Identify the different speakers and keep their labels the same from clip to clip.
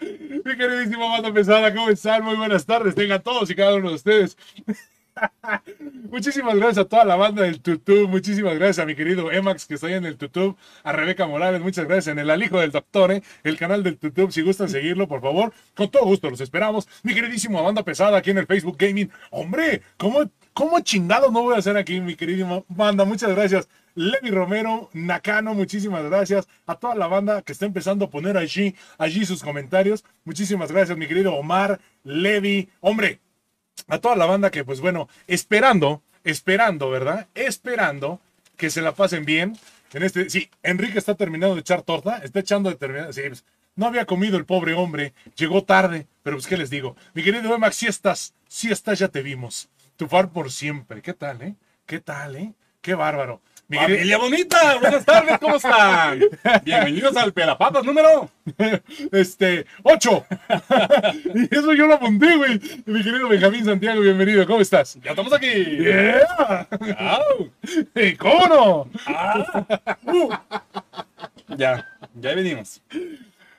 Speaker 1: Mi queridísimo banda pesada, ¿cómo están? Muy buenas tardes, tengan todos y cada uno de ustedes. Muchísimas gracias a toda la banda del Tutub, muchísimas gracias a mi querido Emax que está ahí en el Tutub, a Rebeca Morales, muchas gracias en el Alijo del Doctor, ¿eh? el canal del Tutub, si gustan seguirlo, por favor, con todo gusto, los esperamos. Mi queridísimo banda pesada aquí en el Facebook Gaming, hombre, ¿cómo, cómo chingado no voy a hacer aquí, mi queridísimo banda? Muchas gracias. Levi Romero, Nakano, muchísimas gracias. A toda la banda que está empezando a poner allí, allí sus comentarios. Muchísimas gracias, mi querido Omar, Levi. Hombre, a toda la banda que, pues bueno, esperando, esperando, ¿verdad? Esperando que se la pasen bien. En este, sí, Enrique está terminando de echar torta, está echando de terminar. Sí, pues, no había comido el pobre hombre, llegó tarde, pero pues, ¿qué les digo? Mi querido Emax, si estás, si estás, ya te vimos. Tu far por siempre. ¿Qué tal, eh? ¿Qué tal, eh? Qué bárbaro. Mi querido-
Speaker 2: Familia bonita, buenas tardes, ¿cómo están? Bienvenidos al Pelapapas número.
Speaker 1: Este, 8. y eso yo lo apunté, güey. Mi querido Benjamín Santiago, bienvenido. ¿Cómo estás?
Speaker 2: Ya estamos aquí.
Speaker 1: ¡Yeah!
Speaker 2: Au.
Speaker 1: Hey, ¿Cómo no?
Speaker 2: Ya, ya venimos.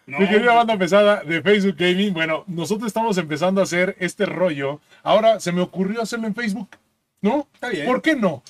Speaker 2: No,
Speaker 1: Mi querida banda pesada de Facebook Gaming. Bueno, nosotros estamos empezando a hacer este rollo. Ahora se me ocurrió hacerlo en Facebook. ¿No?
Speaker 2: Está bien.
Speaker 1: ¿Por qué no?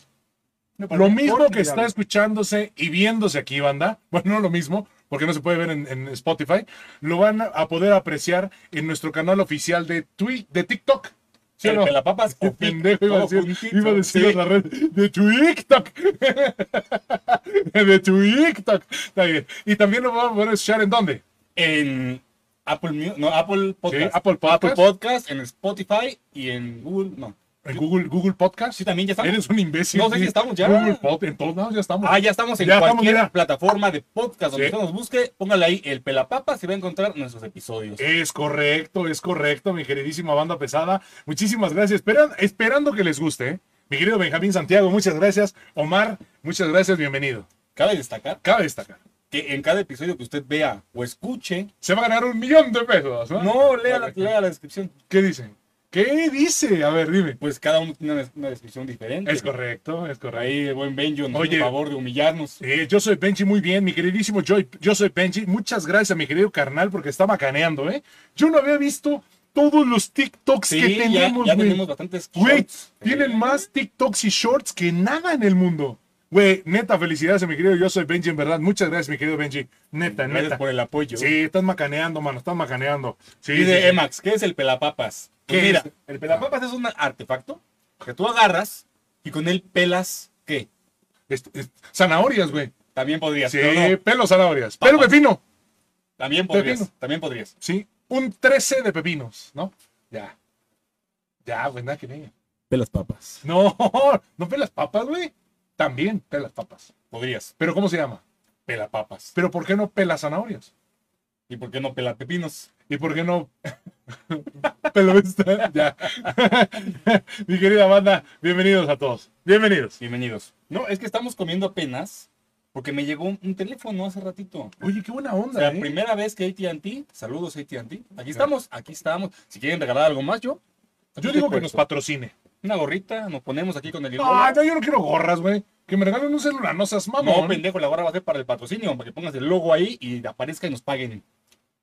Speaker 2: me parece
Speaker 1: Lo mismo que está
Speaker 2: formidable.
Speaker 1: escuchándose y viéndose aquí, banda. Bueno, no lo mismo, porque no se puede ver en, en Spotify. Lo van a poder apreciar en nuestro canal oficial de Twi de TikTok. ¿Sí o
Speaker 2: el
Speaker 1: no?
Speaker 2: Pelapapas
Speaker 1: Qué
Speaker 2: o pic,
Speaker 1: pendejo iba a
Speaker 2: todo
Speaker 1: decir,
Speaker 2: juntito.
Speaker 1: iba a decir
Speaker 2: Sí.
Speaker 1: en la red de TikTok. de TikTok. Está bien. Y también lo vamos a poder escuchar en dónde?
Speaker 2: en Apple Mu- no, Apple Podcast.
Speaker 1: Sí, Apple Podcast.
Speaker 2: Apple Podcast, en Spotify y en Google, no.
Speaker 1: En Google, Google Podcast.
Speaker 2: Sí, también ya estamos.
Speaker 1: Eres un imbécil.
Speaker 2: No sé si estamos ya.
Speaker 1: Google Pod, en todos lados ya estamos.
Speaker 2: Ah, ya estamos en
Speaker 1: Ya estamos,
Speaker 2: cualquier
Speaker 1: mira.
Speaker 2: plataforma de podcast donde
Speaker 1: Sí.
Speaker 2: usted nos busque, póngale ahí el Pelapapas y va a encontrar nuestros episodios.
Speaker 1: Es correcto, es correcto, mi queridísima banda pesada. Muchísimas gracias. Esperan- esperando que les guste. ¿eh? Mi querido Benjamín Santiago, muchas gracias. Omar, muchas gracias, bienvenido.
Speaker 2: Cabe destacar
Speaker 1: Cabe destacar.
Speaker 2: que en cada episodio que usted vea o escuche,
Speaker 1: Se va a ganar un millón de pesos. No,
Speaker 2: no lea la, lea la descripción.
Speaker 1: ¿Qué dicen? ¿Qué dice? A ver, dime.
Speaker 2: Pues cada uno tiene una, una descripción diferente.
Speaker 1: Es correcto, es correcto.
Speaker 2: Ahí el buen Benjo nos
Speaker 1: Oye.
Speaker 2: hizo favor de humillarnos.
Speaker 1: Eh, yo soy Benji, muy bien, mi queridísimo Joy, yo soy Benji. Muchas gracias a mi querido carnal porque está macaneando, ¿eh? Yo no había visto todos los TikToks
Speaker 2: Sí,
Speaker 1: que
Speaker 2: ya-
Speaker 1: tenemos,
Speaker 2: ya,
Speaker 1: güey.
Speaker 2: tenemos bastantes Eh,
Speaker 1: Güey,
Speaker 2: shorts.
Speaker 1: tienen más TikToks y shorts que nada en el mundo. Güey, neta, felicidades a mi querido Yo Soy Benji, en verdad. Muchas gracias, mi querido Benji. Neta,
Speaker 2: Gracias
Speaker 1: neta.
Speaker 2: por el apoyo.
Speaker 1: Sí, estás macaneando, mano, estás macaneando. Sí, sí, sí.
Speaker 2: Dice Emax, ¿qué es el pelapapas? Pues
Speaker 1: ¿Qué
Speaker 2: mira,
Speaker 1: es?
Speaker 2: el pelapapas es un artefacto que tú agarras y con él pelas, ¿qué?
Speaker 1: Es- es- zanahorias, güey.
Speaker 2: También podrías,
Speaker 1: Sí,
Speaker 2: pero no,
Speaker 1: pelo zanahorias. Pelo
Speaker 2: Papas.
Speaker 1: pepino.
Speaker 2: también podrías,
Speaker 1: Pepino.
Speaker 2: también podrías.
Speaker 1: Sí, un 13 de pepinos, ¿no? Ya. Ya, güey, nada que ver.
Speaker 2: Pelas papas.
Speaker 1: No, no pelas papas, güey. También pelas papas.
Speaker 2: Podrías,
Speaker 1: Pero ¿cómo se llama?
Speaker 2: pela papas.
Speaker 1: Pero ¿por qué no pelas zanahorias?
Speaker 2: ¿Y por qué no pela pepinos?
Speaker 1: ¿Y por qué no? Pero está- ya. Mi querida banda, bienvenidos a todos. Bienvenidos.
Speaker 2: Bienvenidos. No, es que estamos comiendo apenas porque me llegó un- un teléfono hace ratito.
Speaker 1: Oye, qué buena
Speaker 2: O sea,
Speaker 1: onda, ¿eh?
Speaker 2: primera vez que ATT, saludos ATT. Aquí estamos, aquí estamos. Si quieren regalar algo más, yo.
Speaker 1: Yo digo que nos
Speaker 2: pa-
Speaker 1: patrocine.
Speaker 2: Una gorrita, nos ponemos aquí con el
Speaker 1: Ah, No, no, yo no quiero gorras, güey. Que me regalen un celular, no seas mamón.
Speaker 2: No, pendejo, la gorra va a ser para el patrocinio, para que pongas el logo ahí y aparezca y nos paguen.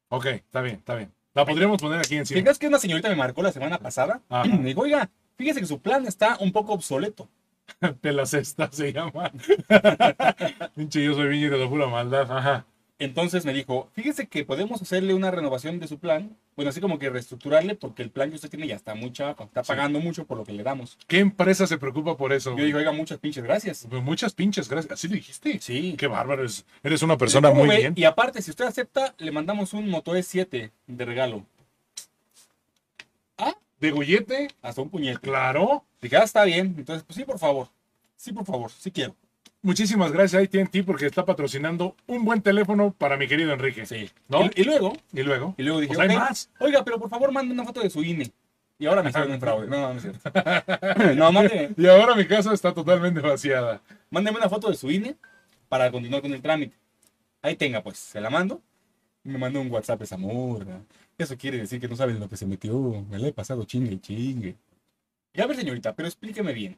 Speaker 1: ok, está bien, está bien. La podríamos poner aquí encima.
Speaker 2: Fíjate que una señorita me marcó la semana pasada.
Speaker 1: Ajá.
Speaker 2: Me dijo, oiga, fíjese que su plan está un poco obsoleto.
Speaker 1: Pelas cesta se llama. Pinche, yo soy viñe de la pura maldad. Ajá.
Speaker 2: Entonces me dijo, fíjese que podemos hacerle una renovación de su plan. Bueno, así como que reestructurarle porque el plan que usted tiene ya está muy chapa, está
Speaker 1: Sí.
Speaker 2: pagando mucho por lo que le damos.
Speaker 1: ¿Qué empresa se preocupa por eso?
Speaker 2: Yo
Speaker 1: güey?
Speaker 2: digo, oiga, muchas pinches gracias.
Speaker 1: Muchas pinches gracias. ¿Así lo dijiste?
Speaker 2: Sí.
Speaker 1: Qué bárbaro. eres- Eres una persona
Speaker 2: ¿Cómo
Speaker 1: muy
Speaker 2: ve?
Speaker 1: bien.
Speaker 2: Y aparte, si usted acepta, le mandamos un Moto E7 de regalo.
Speaker 1: ¿De gollete?
Speaker 2: Hasta un puñete.
Speaker 1: Claro.
Speaker 2: Dije, ah, está bien. Entonces, pues sí, por favor. Sí, por favor. Sí quiero.
Speaker 1: Muchísimas gracias a AT&T porque está patrocinando un buen teléfono para mi querido Enrique.
Speaker 2: Sí.
Speaker 1: ¿No?
Speaker 2: Y, y luego,
Speaker 1: Y luego,
Speaker 2: y luego dije,
Speaker 1: Pues hay
Speaker 2: "Ok,
Speaker 1: más".
Speaker 2: oiga, pero por favor, mande una foto de su INE. Y ahora me hicieron un fraude. No, no, no es cierto. no, mande-
Speaker 1: y ahora mi casa está totalmente vaciada.
Speaker 2: mándeme una foto de su INE para continuar con el trámite. Ahí tenga, pues, se la mando. Me mandó un WhatsApp esa morra. Eso quiere decir que no saben lo que se metió. Me la he pasado chingue y chingue. Ya a ver, señorita, pero explíqueme bien.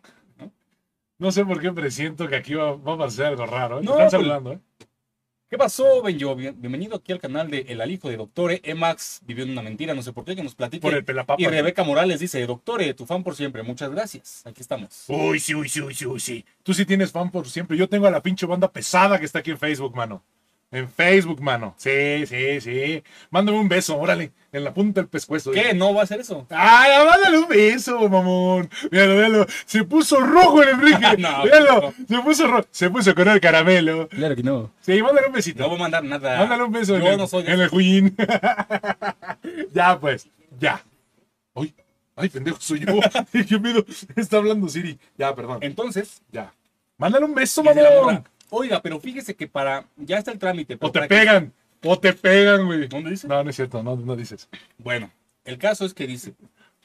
Speaker 1: No sé por qué presiento que aquí va, va a pasar algo raro. ¿eh? Te
Speaker 2: No,
Speaker 1: están
Speaker 2: pues-
Speaker 1: saludando, ¿eh?
Speaker 2: ¿Qué pasó, Benjo? Bien- Bienvenido aquí al canal de El Alijo de Doctore. Emax vivió en una mentira, no sé por qué, que nos platique.
Speaker 1: Por el pelapapa.
Speaker 2: y Rebeca Morales dice, Doctore, tu fan por siempre, muchas gracias. Aquí estamos.
Speaker 1: Uy, sí, uy, sí, uy, sí, uy, sí. Tú sí tienes fan por siempre. Yo tengo a la pinche banda pesada que está aquí en Facebook, mano. En Facebook, mano. Sí, sí, sí. Mándame un beso, órale. En la punta del pescuezo.
Speaker 2: ¿Qué? ¿No va a hacer eso?
Speaker 1: ¡Ah, mándale un beso, mamón! Míralo, míralo. Se puso rojo el Enrique.
Speaker 2: No,
Speaker 1: míralo.
Speaker 2: no.
Speaker 1: Se puso rojo. Se puso con el caramelo.
Speaker 2: Claro que no.
Speaker 1: Sí, mándale un
Speaker 2: No
Speaker 1: besito.
Speaker 2: voy a mandar nada.
Speaker 1: mándale un beso en,
Speaker 2: Yo
Speaker 1: el,
Speaker 2: no soy...
Speaker 1: en el jullín. ya, pues. Ya. Ay, ay, pendejo, soy yo. Qué miedo. Está hablando Siri. Ya, perdón.
Speaker 2: Entonces,
Speaker 1: Ya. Mándale un beso,
Speaker 2: dice la
Speaker 1: mamón.
Speaker 2: morra, Oiga, pero fíjese que para... Ya está el trámite. pero
Speaker 1: O te
Speaker 2: para que-
Speaker 1: pegan. O te pegan, güey.
Speaker 2: ¿Dónde dice?
Speaker 1: No, no es cierto. No, no dices.
Speaker 2: Bueno, el caso es que dice,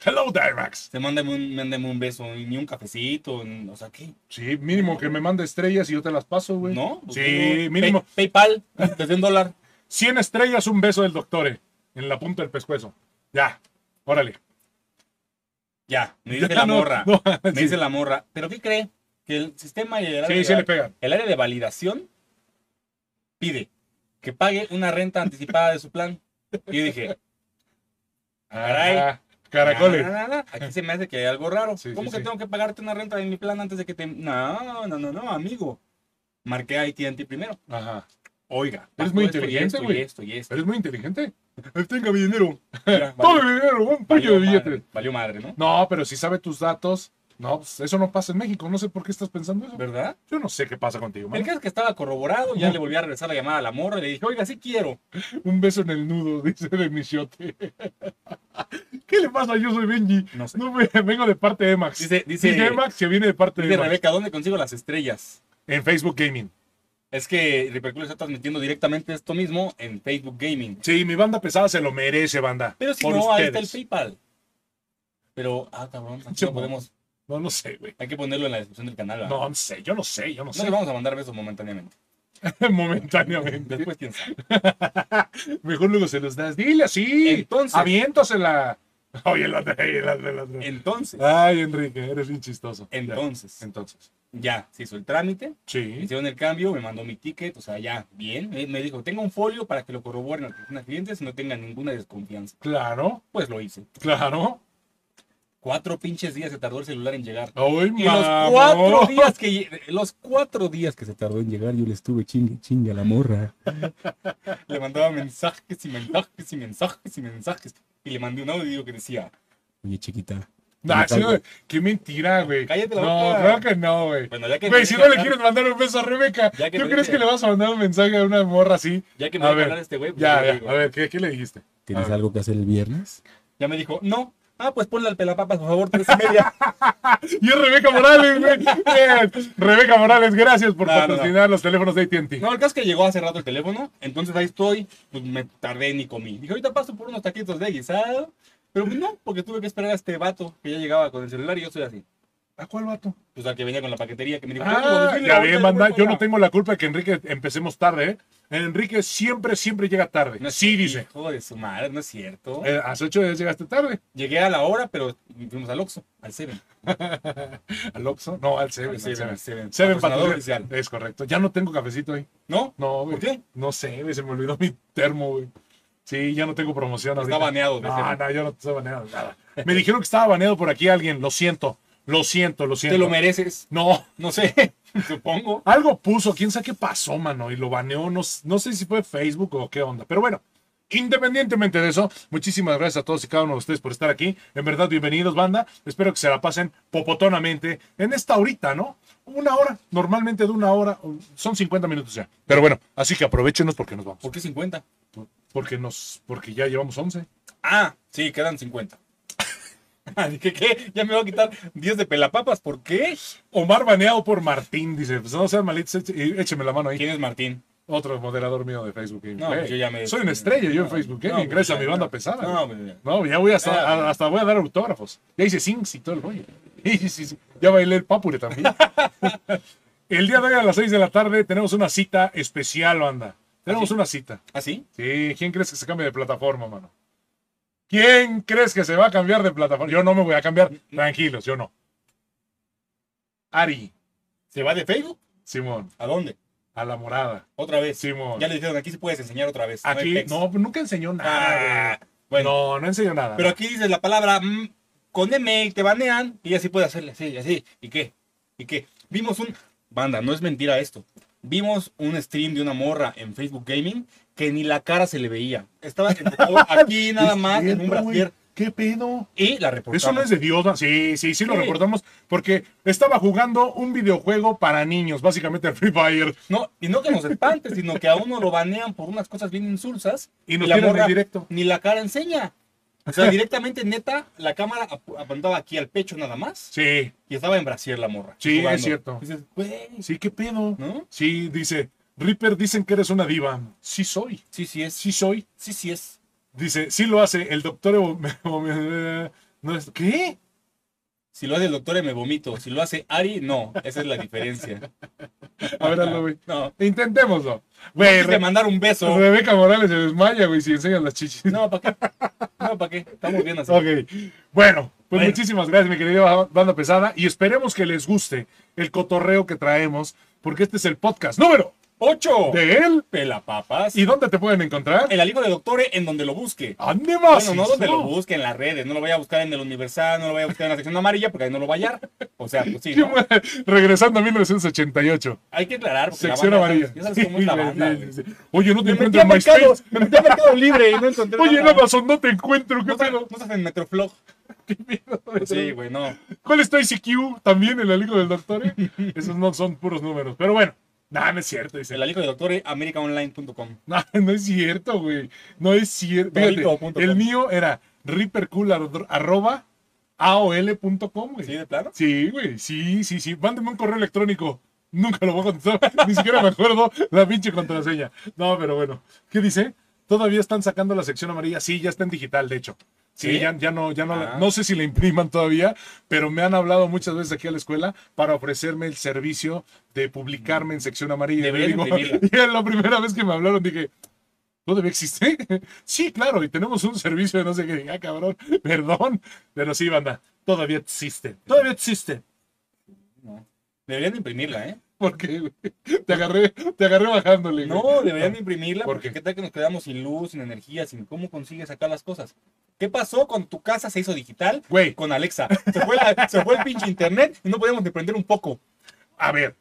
Speaker 1: Hello, there, Max.
Speaker 2: te mándame un, mándame un beso, ni un cafecito, ni- o sea, ¿qué?
Speaker 1: Sí, mínimo que me mande estrellas y yo te las paso, güey.
Speaker 2: ¿No? Pues,
Speaker 1: Sí,
Speaker 2: no.
Speaker 1: mínimo.
Speaker 2: Pay- PayPal, desde un dólar.
Speaker 1: 100 estrellas, un beso del doctore. En la punta del pescuezo. Ya. Órale.
Speaker 2: Ya, me dice
Speaker 1: Ya,
Speaker 2: la
Speaker 1: no,
Speaker 2: morra.
Speaker 1: no,
Speaker 2: me
Speaker 1: sí.
Speaker 2: dice la morra. ¿Pero qué cree? Que el sistema y el área,
Speaker 1: Sí, sí
Speaker 2: de,
Speaker 1: le pegan.
Speaker 2: el área de validación pide que pague una renta anticipada de su plan. Y yo dije, Caray.
Speaker 1: Ah, caracoles.
Speaker 2: "Na, na, na, na, aquí se me hace que hay algo raro.
Speaker 1: Sí,
Speaker 2: ¿Cómo
Speaker 1: sí,
Speaker 2: que
Speaker 1: sí.
Speaker 2: tengo que pagarte una renta de mi plan antes de que te... No, no, no, no, amigo. Marqué a AT&T primero.
Speaker 1: Ajá.
Speaker 2: Oiga,
Speaker 1: Eres
Speaker 2: pasó
Speaker 1: muy
Speaker 2: esto y
Speaker 1: inteligente,
Speaker 2: esto y
Speaker 1: güey.
Speaker 2: Esto y esto.
Speaker 1: Eres muy inteligente. Tenga mi dinero.
Speaker 2: Mira,
Speaker 1: Tome
Speaker 2: valió-
Speaker 1: mi dinero. Un puño
Speaker 2: valió
Speaker 1: de
Speaker 2: madre,
Speaker 1: billetes.
Speaker 2: valió madre, ¿no?
Speaker 1: No, pero si sabe tus datos. No, pues eso no pasa en México. No sé por qué estás pensando eso.
Speaker 2: ¿Verdad?
Speaker 1: Yo no sé qué pasa contigo,
Speaker 2: El
Speaker 1: man.
Speaker 2: caso es que estaba corroborado, ya le volví a regresar la llamada a la morra y le dije, oiga, sí quiero.
Speaker 1: Un beso en el nudo, dice de Michote. ¿Qué le pasa? Yo soy Benji.
Speaker 2: No sé.
Speaker 1: No, me- vengo de parte de Max.
Speaker 2: Dice, dice,
Speaker 1: Max que viene de parte de
Speaker 2: dice
Speaker 1: Max.
Speaker 2: Rebeca, ¿dónde consigo las estrellas?
Speaker 1: En Facebook Gaming.
Speaker 2: Es que Riperculo está transmitiendo directamente esto mismo en Facebook Gaming.
Speaker 1: Sí, mi banda pesada se lo merece, banda.
Speaker 2: Pero si
Speaker 1: Por
Speaker 2: no, ahí está el
Speaker 1: ustedes.
Speaker 2: PayPal. Pero, ah, cabrón, aquí
Speaker 1: Sí,
Speaker 2: no podemos,
Speaker 1: No lo sé, güey.
Speaker 2: hay que ponerlo en la descripción del canal. ¿verdad?
Speaker 1: No, no sé, yo no sé, yo no
Speaker 2: No
Speaker 1: sé.
Speaker 2: le vamos a mandar besos momentáneamente.
Speaker 1: Momentáneamente.
Speaker 2: Después quién sabe.
Speaker 1: Mejor luego se los das. Dile así.
Speaker 2: Entonces-
Speaker 1: Aviéntosela. Oye, la de la de la de-
Speaker 2: Entonces,
Speaker 1: Ay, Enrique, eres bien chistoso. Ya,
Speaker 2: entonces,
Speaker 1: entonces.
Speaker 2: ya se hizo el trámite, me
Speaker 1: Sí.
Speaker 2: hicieron el cambio, me mandó mi ticket, o sea, ya, bien. Me, me dijo, tenga un folio para que lo corroboren a los clientes y no tengan ninguna desconfianza.
Speaker 1: Claro,
Speaker 2: Pues lo hice.
Speaker 1: claro.
Speaker 2: Cuatro pinches días se tardó el celular en llegar.
Speaker 1: Ay,
Speaker 2: Y los
Speaker 1: mamón.
Speaker 2: cuatro, días que, lle- los cuatro días que se tardó en llegar, yo le estuve chingue, chingue a la morra. le mandaba mensajes y mensajes y mensajes y mensajes. Y le mandé un audio que decía, oye chiquita.
Speaker 1: Nah,
Speaker 2: me
Speaker 1: sí,
Speaker 2: salgo".
Speaker 1: qué mentira, güey.
Speaker 2: Cállate la
Speaker 1: No,
Speaker 2: boca.
Speaker 1: claro que no, güey.
Speaker 2: Bueno, ya que
Speaker 1: Güey,
Speaker 2: me
Speaker 1: si no
Speaker 2: deja
Speaker 1: le
Speaker 2: hablar-
Speaker 1: quieres mandar un beso a Rebeca,
Speaker 2: Ya que
Speaker 1: ¿tú
Speaker 2: me
Speaker 1: crees que
Speaker 2: deje.
Speaker 1: le vas a mandar un mensaje a una morra así?
Speaker 2: ya que
Speaker 1: A
Speaker 2: me deja
Speaker 1: ver,
Speaker 2: hablar este güey, pues,
Speaker 1: Ya,
Speaker 2: le
Speaker 1: ya.
Speaker 2: digo.
Speaker 1: A ver, ¿qué, qué le dijiste?
Speaker 3: ¿Tienes
Speaker 1: Ah.
Speaker 3: algo que hacer el viernes?
Speaker 2: Ya me dijo, no. Ah, pues ponle al pelapapas, por favor, tres y media.
Speaker 1: Y es Rebeca Morales, güey. Bien. Rebeca Morales, gracias por
Speaker 2: No, no, no.
Speaker 1: patrocinar los teléfonos de AT&T.
Speaker 2: no, el caso es que llegó hace rato el teléfono, entonces ahí estoy, pues me tardé ni comí. Dije, ahorita paso por unos taquitos de guisado, pero pues, no, porque tuve que esperar a este vato que ya llegaba con el celular y yo soy así.
Speaker 1: ¿A cuál vato?
Speaker 2: Pues al que venía con la paquetería que me dijo, "Tengo
Speaker 1: Ah,
Speaker 2: domicilio,
Speaker 1: ya
Speaker 2: ahorita
Speaker 1: bien,
Speaker 2: le
Speaker 1: banda.
Speaker 2: voy
Speaker 1: Yo
Speaker 2: para
Speaker 1: no
Speaker 2: acá".
Speaker 1: tengo la culpa de que Enrique empecemos tarde, ¿eh? Enrique siempre, siempre llega tarde.
Speaker 2: No es
Speaker 1: sí,
Speaker 2: cierto,
Speaker 1: dice.
Speaker 2: Hijo de su madre, no es cierto.
Speaker 1: Eh, a las 8 días llegaste tarde.
Speaker 2: Llegué a la hora, pero fuimos al Oxxo, al Seven.
Speaker 1: ¿Al Oxxo? No, al Seven.
Speaker 2: Al
Speaker 1: Al Seven.
Speaker 2: Seven, Seven.
Speaker 1: Seven
Speaker 2: Patrocinador
Speaker 1: patrocinador.
Speaker 2: oficial.
Speaker 1: Es correcto. Ya no tengo cafecito ahí.
Speaker 2: ¿No?
Speaker 1: No, güey.
Speaker 2: ¿Por qué?
Speaker 1: No sé, güey. Se me olvidó mi termo, güey. Sí, ya no tengo promoción ahorita.
Speaker 2: Está baneado. de
Speaker 1: No,
Speaker 2: Seven.
Speaker 1: no, yo no estoy baneado. Nada. Me dijeron que estaba baneado por aquí alguien. Lo siento. Lo siento, lo siento.
Speaker 2: Te lo mereces.
Speaker 1: No.
Speaker 2: No sé, supongo.
Speaker 1: Algo puso, quién sabe qué pasó, mano, y lo baneó. No, s- no sé si fue Facebook o qué onda. Pero bueno, independientemente de eso, muchísimas gracias a todos y cada uno de ustedes por estar aquí. En verdad, bienvenidos, banda. Espero que se la pasen popotonamente en esta horita, ¿no? Una hora, normalmente de una hora, o- son 50 minutos ya. Pero bueno, así que aprovechenos porque nos vamos.
Speaker 2: ¿Por qué 50?
Speaker 1: Porque nos, porque ya llevamos 11.
Speaker 2: Ah, sí, quedan 50. Dije, ¿qué? Ya me voy a quitar 10 de pelapapas. ¿Por qué?
Speaker 1: Omar baneado por Martín, dice, pues no sean malitos, éche- y écheme la mano ahí.
Speaker 2: ¿Quién es Martín?
Speaker 1: Otro moderador mío de Facebook Gaming.
Speaker 2: No,
Speaker 1: Güey,
Speaker 2: pues yo ya me-
Speaker 1: Soy una estrella yo en
Speaker 2: No,
Speaker 1: Facebook
Speaker 2: no,
Speaker 1: Gaming,
Speaker 2: pues
Speaker 1: gracias
Speaker 2: ya,
Speaker 1: a mi banda
Speaker 2: no.
Speaker 1: pesada.
Speaker 2: No, pues ya.
Speaker 1: No, ya voy hasta,
Speaker 2: Ah,
Speaker 1: a- hasta voy a dar autógrafos. Ya hice sings y todo el rollo. Y sí, sí, Ya bailé el papure también. el día de hoy a las 6 de la tarde tenemos una cita especial, banda. Tenemos
Speaker 2: ¿Ah, sí?
Speaker 1: una cita.
Speaker 2: ¿Ah, sí?
Speaker 1: Sí, ¿quién crees que se cambie de plataforma, mano? ¿Quién crees que se va a cambiar de plataforma? Yo no me voy a cambiar. Tranquilos, yo no. Ari,
Speaker 2: ¿Se va de Facebook?
Speaker 1: Simón,
Speaker 2: ¿A dónde?
Speaker 1: a la morada.
Speaker 2: Otra vez.
Speaker 1: Simón.
Speaker 2: Ya le dijeron, aquí sí puedes enseñar otra vez. hay
Speaker 1: Aquí,
Speaker 2: pex.
Speaker 1: no, nunca enseñó nada.
Speaker 2: Ah, bueno,
Speaker 1: No, no enseñó nada.
Speaker 2: pero aquí dices la palabra mm, con M y te banean y así puedes hacerle así, así. ¿Y qué? ¿Y qué? Vimos un... Banda, no es mentira esto. Vimos un stream de una morra en Facebook Gaming que ni la cara se le veía. Estaba enfocado aquí nada
Speaker 1: Es
Speaker 2: más en
Speaker 1: cierto,
Speaker 2: un
Speaker 1: güey.
Speaker 2: brasier
Speaker 1: ¿Qué pedo?
Speaker 2: y la reportamos.
Speaker 1: Eso no es de Dios, ¿no? sí, sí, sí lo
Speaker 2: Sí.
Speaker 1: recordamos, porque estaba jugando un videojuego para niños, básicamente Free Fire,
Speaker 2: No, y no que nos espante, sino que a uno lo banean por unas cosas bien insulsas
Speaker 1: y nos
Speaker 2: la
Speaker 1: tiran
Speaker 2: morra
Speaker 1: en directo.
Speaker 2: ni la cara enseña. O sea, directamente, neta, la cámara ap- apuntaba aquí al pecho nada más
Speaker 1: Sí,
Speaker 2: y estaba en brasier la morra.
Speaker 1: Sí, es cierto.
Speaker 2: Dices, güey,
Speaker 1: sí, qué pedo.
Speaker 2: ¿no?
Speaker 1: Sí, dice, Reaper, dicen que eres una diva. Sí soy,
Speaker 2: Sí, sí es.
Speaker 1: sí soy.
Speaker 2: Sí, sí es.
Speaker 1: Dice, sí lo hace, el doctor... Evo- Evo- No es... ¿Qué?
Speaker 2: Si lo hace el doctor, me vomito. Si lo hace Ari, no. Esa es la diferencia.
Speaker 1: A ver, hazlo, güey.
Speaker 2: No.
Speaker 1: Intentémoslo. Güey,
Speaker 2: Antes de mandar un beso.
Speaker 1: Rebeca Morales se desmaya, güey, si enseñas las chichis.
Speaker 2: No, ¿para qué? No, ¿para qué? Estamos bien así.
Speaker 1: Ok. Bueno, pues
Speaker 2: Bueno.
Speaker 1: muchísimas gracias, mi querido banda pesada. Y esperemos que les guste el cotorreo que traemos, porque este es el podcast número
Speaker 2: Ocho.
Speaker 1: de él.
Speaker 2: Pelapapas.
Speaker 1: ¿Y Ah, dónde te pueden encontrar?
Speaker 2: El alijo de doctore en donde lo busque.
Speaker 1: ¿Dónde más?
Speaker 2: Bueno, no donde
Speaker 1: hijo?
Speaker 2: lo busque en las redes, no lo vaya a buscar en el Universal, no lo vaya a buscar en la sección amarilla porque ahí no lo va a hallar. O sea, pues sí,
Speaker 1: Sí,
Speaker 2: ¿no?
Speaker 1: güey. Regresando a 1988.
Speaker 2: hay que aclarar. porque la
Speaker 1: sección
Speaker 2: banda,
Speaker 1: amarilla.
Speaker 2: Ya sabes cómo es la
Speaker 1: Sí,
Speaker 2: banda.
Speaker 1: sí,
Speaker 2: güey.
Speaker 1: sí, sí. Oye, no te
Speaker 2: Me metí
Speaker 1: encuentro
Speaker 2: a
Speaker 1: en
Speaker 2: Mercado,
Speaker 1: MySpace.
Speaker 2: me metí a Mercado Libre y no encontré
Speaker 1: Oye, en
Speaker 2: nada.
Speaker 1: Amazon no te encuentro. ¿Qué
Speaker 2: no, estás-
Speaker 1: pedo?
Speaker 2: no estás en Metroflog. Pues sí, güey, no.
Speaker 1: ¿Cuál está ICQ? También el amigo del doctor. eh? Esos no son puros números. Pero bueno, nada, no es cierto. Dice.
Speaker 2: El alijo de doctor eh, americaonline.com.
Speaker 1: No, no es cierto, güey. No es cierto.
Speaker 2: Todito punto com.
Speaker 1: el mío era rippercool ar- arroba aol.com, güey.
Speaker 2: ¿Sí, de plano?
Speaker 1: Sí, güey. Sí, sí, sí. Mándeme un correo electrónico. Nunca lo voy a contestar. Ni siquiera me acuerdo la pinche contraseña. No, pero bueno. ¿Qué dice? Todavía están sacando la sección amarilla. Sí, ya está en digital, de hecho. Sí,
Speaker 2: ¿Sí?
Speaker 1: Ya, ya no, ya no, la-
Speaker 2: Ah.
Speaker 1: no sé si la impriman todavía, pero me han hablado muchas veces aquí a la escuela para ofrecerme el servicio de publicarme en sección amarilla. Y, le
Speaker 2: Deberían
Speaker 1: digo,
Speaker 2: imprimirla.
Speaker 1: y en la primera vez que me hablaron dije, ¿Todavía existe? sí, claro, y tenemos un servicio de no sé qué. Ah, cabrón, perdón. Pero sí, banda, todavía existe. Todavía existe.
Speaker 2: No. Deberían de imprimirla, ¿eh?
Speaker 1: Porque te agarré, te agarré bajándole. güey.
Speaker 2: No, deberían de imprimirla
Speaker 1: ¿Por
Speaker 2: porque
Speaker 1: qué?
Speaker 2: qué tal que nos quedamos sin luz, sin energía, sin cómo consigues sacar las cosas. ¿Qué pasó cuando tu casa se hizo digital
Speaker 1: Güey,
Speaker 2: con Alexa? Se fue, la- se fue el pinche internet y no podíamos ni prender un poco.
Speaker 1: a ver,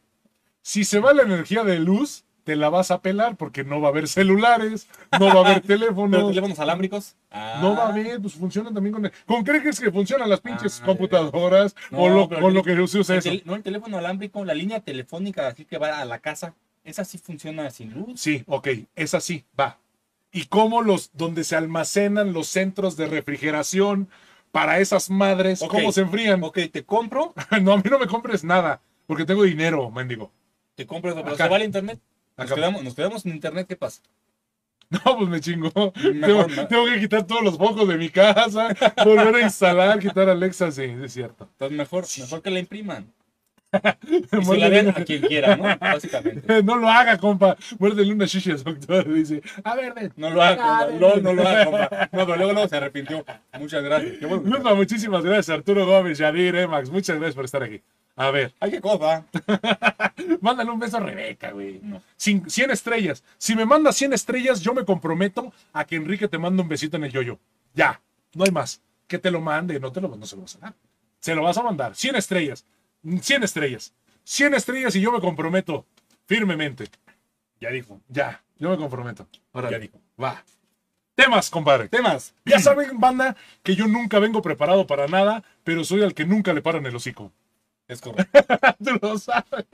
Speaker 1: si se va la energía de luz, te la vas a pelar porque no va a haber celulares, no va a haber
Speaker 2: Pero
Speaker 1: teléfonos,
Speaker 2: teléfonos alámbricos. Ah.
Speaker 1: no va a haber, pues funcionan también con... ¿Con qué crees que funcionan las pinches
Speaker 2: Ah,
Speaker 1: computadoras
Speaker 2: no,
Speaker 1: o lo,
Speaker 2: pero
Speaker 1: con
Speaker 2: el-
Speaker 1: lo que se usa
Speaker 2: El
Speaker 1: eso?
Speaker 2: tel- no, el teléfono alámbrico, la línea telefónica así que va a la casa, esa sí funciona sin luz.
Speaker 1: Sí, ok, es así, va. ¿Y cómo los, donde se almacenan los centros de refrigeración para esas madres,
Speaker 2: Ok.
Speaker 1: cómo se enfrían?
Speaker 2: Ok, te compro,
Speaker 1: No, a mí no me compres nada, porque tengo dinero, mendigo.
Speaker 2: te compro eso, pero
Speaker 1: Acá.
Speaker 2: se va el internet. Nos
Speaker 1: Acá.
Speaker 2: quedamos, nos quedamos sin internet, ¿qué pasa?
Speaker 1: No, pues me chingó. Tengo,
Speaker 2: Mejor no.
Speaker 1: tengo que quitar todos los focos de mi casa, volver a instalar, quitar Alexa, sí, es cierto.
Speaker 2: Entonces mejor, mejor que la impriman. Y se la den
Speaker 1: Muérdele-
Speaker 2: a quien quiera, ¿no? Básicamente.
Speaker 1: No lo haga, compa. Muérdele una shisha al doctor, dice. A ver, ven.
Speaker 2: No lo haga,
Speaker 1: Ah,
Speaker 2: compa. No, no lo haga, compa. No, pero luego no se arrepintió. Muchas gracias. Qué bueno.
Speaker 1: Lupa, muchísimas gracias, Arturo Gómez, Yadir, Emax. Muchas gracias por estar aquí. A ver.
Speaker 2: Ay, qué cosa.
Speaker 1: Mándale un beso a Rebeca, güey.
Speaker 2: No.
Speaker 1: Cin- 100 estrellas. Si me mandas 100 estrellas, yo me comprometo a que Enrique te mande un besito en el yoyo. Ya, no hay más. Que te lo mande, no te lo no se lo vas a dar. Se lo vas a mandar. 100 estrellas. 100 estrellas. 100 estrellas y yo me comprometo firmemente.
Speaker 2: Ya dijo.
Speaker 1: Ya, yo me comprometo. Órale.
Speaker 2: Ya dijo.
Speaker 1: Va. Temas, compadre.
Speaker 2: Temas.
Speaker 1: Ya saben, banda, que yo nunca vengo preparado para nada, pero soy al que nunca le paran el hocico.
Speaker 2: Es correcto.
Speaker 1: Tú lo sabes.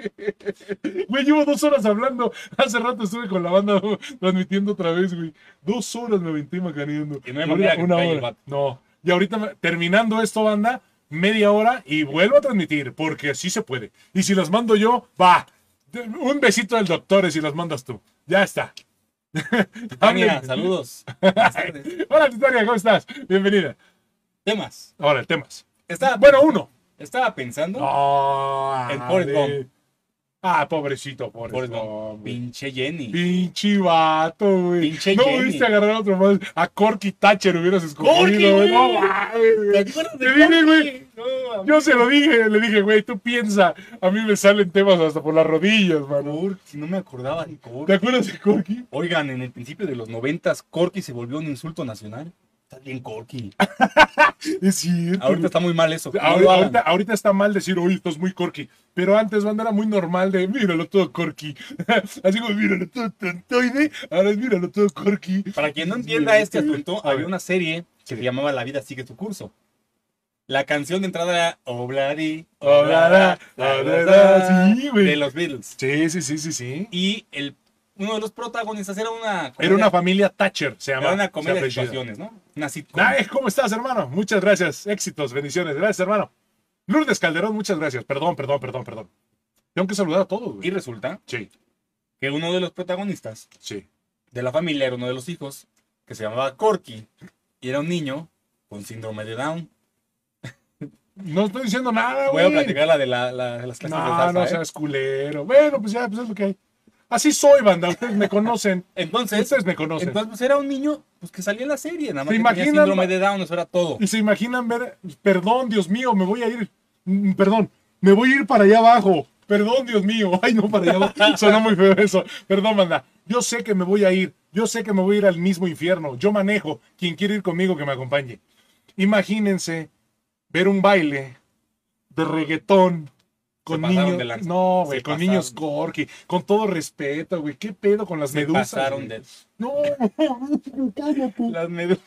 Speaker 1: Güey, llevo dos horas hablando. Hace rato estuve con la banda güey, transmitiendo otra vez, güey. Dos horas me aventé macaneando.
Speaker 2: Y no
Speaker 1: Una-
Speaker 2: hay manera que
Speaker 1: una
Speaker 2: te calle
Speaker 1: hora.
Speaker 2: el vato.
Speaker 1: No. Y ahorita me- terminando esto, banda, media hora y vuelvo a transmitir, porque así se puede. Y si las mando yo, va. Un besito del doctor si las mandas tú. Ya está.
Speaker 2: Tania, saludos. Buenas tardes.
Speaker 1: Hola, Titania, ¿cómo estás? Bienvenida.
Speaker 2: Temas.
Speaker 1: Ahora, temas.
Speaker 2: Estaba,
Speaker 1: Bueno, uno.
Speaker 2: estaba pensando.
Speaker 1: No,
Speaker 2: El Forrest
Speaker 1: Andy.
Speaker 2: Gump.
Speaker 1: Ah, pobrecito,
Speaker 2: Forrest
Speaker 1: pobrecito.
Speaker 2: Gump. Pinche Jenny.
Speaker 1: Pinche vato, güey.
Speaker 2: Pinche
Speaker 1: no
Speaker 2: Jenny.
Speaker 1: pudiste agarrar a otro más. A Corky Thatcher hubieras
Speaker 2: Corky,
Speaker 1: escogido, güey. No
Speaker 2: güey.
Speaker 1: mames,
Speaker 2: ¿Te
Speaker 1: güey.
Speaker 2: acuerdas
Speaker 1: Te dije,
Speaker 2: Corky?
Speaker 1: güey.
Speaker 2: No, a mí-
Speaker 1: Yo se lo dije, le dije, güey, tú piensa. A mí me salen temas hasta por las rodillas, mano.
Speaker 2: Corky, no me acordaba de Corky.
Speaker 1: ¿Te acuerdas de Corky?
Speaker 2: Oigan, en el principio de los noventas, Corky se volvió un insulto nacional. Está bien Corky.
Speaker 1: Ah, Es cierto.
Speaker 2: Ahorita
Speaker 1: güey.
Speaker 2: está muy mal eso. No
Speaker 1: Ahorita-
Speaker 2: lo hagan.
Speaker 1: ahorita, ahorita está mal decir, oye, estás muy corky. Pero antes, banda, era muy normal de, míralo todo corky. Así como, míralo todo tontoide. Ahora es, míralo todo corky.
Speaker 2: Para quien no entienda este asunto,
Speaker 1: A
Speaker 2: había
Speaker 1: ver.
Speaker 2: una serie que se llamaba La vida sigue tu curso. La canción de entrada era Obladi,
Speaker 1: Oblada, oblada, sí, güey.
Speaker 2: de los Beatles.
Speaker 1: Sí, sí, sí, sí, sí.
Speaker 2: Y el, uno de los protagonistas era una
Speaker 1: Era una familia Thatcher, se
Speaker 2: era
Speaker 1: llamaba.
Speaker 2: una
Speaker 1: se
Speaker 2: comedia de
Speaker 1: apellida.
Speaker 2: situaciones, ¿no? Una sitcom.
Speaker 1: Nae, ¿cómo estás, hermano? Muchas gracias. Éxitos, bendiciones. Gracias, hermano. Lourdes Calderón, muchas gracias. Perdón, perdón, perdón, perdón. Tengo que saludar a todos,
Speaker 2: Y
Speaker 1: güey.
Speaker 2: resulta
Speaker 1: Sí,
Speaker 2: que uno de los protagonistas
Speaker 1: sí.
Speaker 2: de la familia era uno de los hijos que se llamaba Corky y era un niño con síndrome de Down.
Speaker 1: No estoy diciendo nada,
Speaker 2: Voy
Speaker 1: güey.
Speaker 2: a platicar la de la- la- las clases de
Speaker 1: No,
Speaker 2: salsa,
Speaker 1: no
Speaker 2: ¿eh?
Speaker 1: seas culero. Bueno, pues ya, pues es lo que hay. Así soy, banda. Ustedes me conocen.
Speaker 2: Entonces,
Speaker 1: Ustedes me conocen.
Speaker 2: Entonces, pues era un niño pues, que salía en la serie, nada
Speaker 1: ¿Se
Speaker 2: más que tenía
Speaker 1: imaginan?
Speaker 2: síndrome de Down, eso era todo.
Speaker 1: y se imaginan ver, perdón, Dios mío, me voy a ir, mm, perdón, me voy a ir para allá abajo. Perdón, Dios mío. Ay, no, para allá abajo. Suena muy feo eso. Perdón, manda. Yo sé que me voy a ir. Yo sé que me voy a ir al mismo infierno. Yo manejo. Quien quiere ir conmigo, que me acompañe. Imagínense ver un baile de reggaetón con
Speaker 2: pasaron
Speaker 1: niños.
Speaker 2: de lanza.
Speaker 1: No, güey,
Speaker 2: Se
Speaker 1: con
Speaker 2: pasaron.
Speaker 1: niños corky. Con todo respeto, güey. ¿Qué pedo con las
Speaker 2: Se
Speaker 1: medusas?
Speaker 2: pasaron
Speaker 1: güey?
Speaker 2: de
Speaker 1: No, cállate.
Speaker 2: las medusas.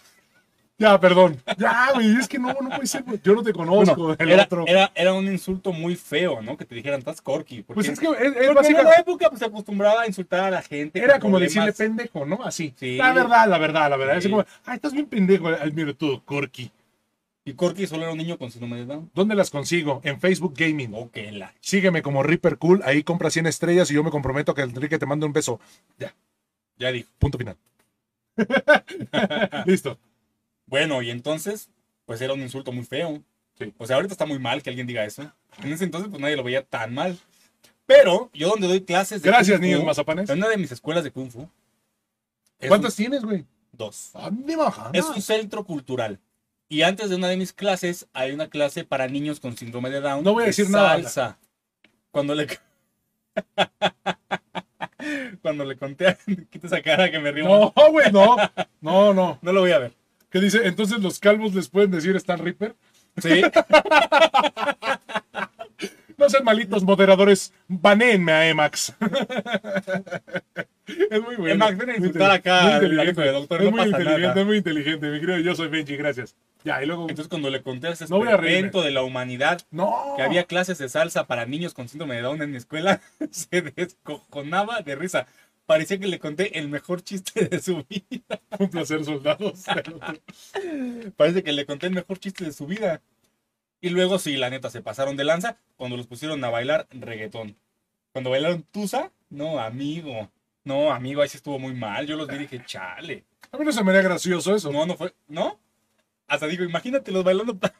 Speaker 1: Ya, perdón. Ya, güey, es que no, no puede ser. güey. Yo no te conozco, el
Speaker 2: era,
Speaker 1: otro.
Speaker 2: era, era un insulto muy feo, ¿no? Que te dijeran, estás corky. Porque,
Speaker 1: pues es que es, es
Speaker 2: porque en
Speaker 1: básica-
Speaker 2: la época pues, se acostumbraba a insultar a la gente.
Speaker 1: era
Speaker 2: con
Speaker 1: como
Speaker 2: problemas.
Speaker 1: decirle pendejo, ¿no? Así.
Speaker 2: Sí.
Speaker 1: La verdad, la verdad, la verdad. Es
Speaker 2: Sí.
Speaker 1: como, ay, estás bien pendejo. Ay, mira tú, Corky.
Speaker 2: Y corky solo era un niño con síndrome de Down.
Speaker 1: ¿Dónde las consigo? En Facebook Gaming.
Speaker 2: Ok, la.
Speaker 1: Sígueme como Reaper Cool. Ahí compra 100 estrellas y yo me comprometo que Enrique te mande un beso.
Speaker 2: Ya dijo.
Speaker 1: Punto final. Listo.
Speaker 2: Bueno, y entonces, pues era un insulto muy feo.
Speaker 1: Sí.
Speaker 2: O sea, ahorita está muy mal que alguien diga eso. En ese entonces, pues nadie lo veía tan mal. Pero yo donde doy clases de
Speaker 1: Gracias,
Speaker 2: Kung Fu,
Speaker 1: niños mazapanes.
Speaker 2: En una de mis escuelas de Kung Fu. es
Speaker 1: ¿Cuántas Ah. tienes, güey?
Speaker 2: un- Dos.
Speaker 1: ¿Dónde baja?
Speaker 2: Es un centro cultural. Y antes de una de mis clases, hay una clase para niños con síndrome de Down.
Speaker 1: No voy a
Speaker 2: de
Speaker 1: decir nada.
Speaker 2: Salsa. Cuando le. Cuando le conté. a- Quita esa cara que me río.
Speaker 1: No, güey, no. No, no.
Speaker 2: No lo voy a ver.
Speaker 1: ¿Qué dice? Entonces los calvos les pueden decir están Reaper.
Speaker 2: Sí.
Speaker 1: No sean malitos moderadores, baneenme a Emax. es muy bueno.
Speaker 2: Emax, ven a
Speaker 1: Muy
Speaker 2: insultar acá
Speaker 1: muy
Speaker 2: al
Speaker 1: inteligente.
Speaker 2: acto de doctor,
Speaker 1: Es
Speaker 2: no
Speaker 1: muy
Speaker 2: pasa
Speaker 1: inteligente,
Speaker 2: nada.
Speaker 1: es muy inteligente, mi querido. Yo soy Benji, gracias. Ya, y luego.
Speaker 2: Entonces, cuando le conté a ese
Speaker 1: No voy a reírme.
Speaker 2: experimento de la humanidad
Speaker 1: no.
Speaker 2: que había clases de salsa para niños con síndrome de Down en mi escuela, se descojonaba de risa. Parecía que le conté el mejor chiste de su vida.
Speaker 1: Un placer, soldados.
Speaker 2: Parece que le conté el mejor chiste de su vida. Y luego sí, la neta, se pasaron de lanza cuando los pusieron a bailar reggaetón. Cuando bailaron Tusa, no, amigo. No, amigo, ahí sí estuvo muy mal. Yo los vi y dije, chale.
Speaker 1: A mí no se me haría gracioso eso.
Speaker 2: No, no fue, ¿no? Hasta digo, imagínate los bailando. pa-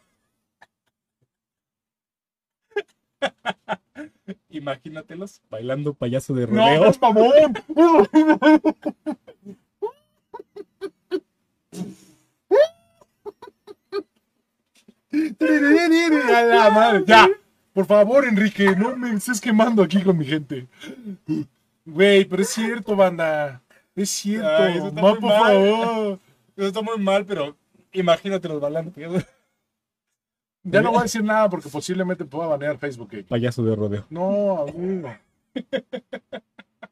Speaker 2: Imagínatelos bailando payaso de
Speaker 1: No,
Speaker 2: rodeo.
Speaker 1: no, es mamón. A la madre. Ya, por favor, Enrique, no me estés quemando aquí con mi gente. Güey, pero es cierto, banda. Es cierto.
Speaker 2: Ay, eso está
Speaker 1: Ma,
Speaker 2: muy
Speaker 1: por
Speaker 2: mal.
Speaker 1: favor.
Speaker 2: Eso está muy mal, pero imagínatelos bailando payaso-
Speaker 1: Ya no voy a decir nada porque posiblemente pueda banear Facebook. eh.
Speaker 2: payaso de rodeo.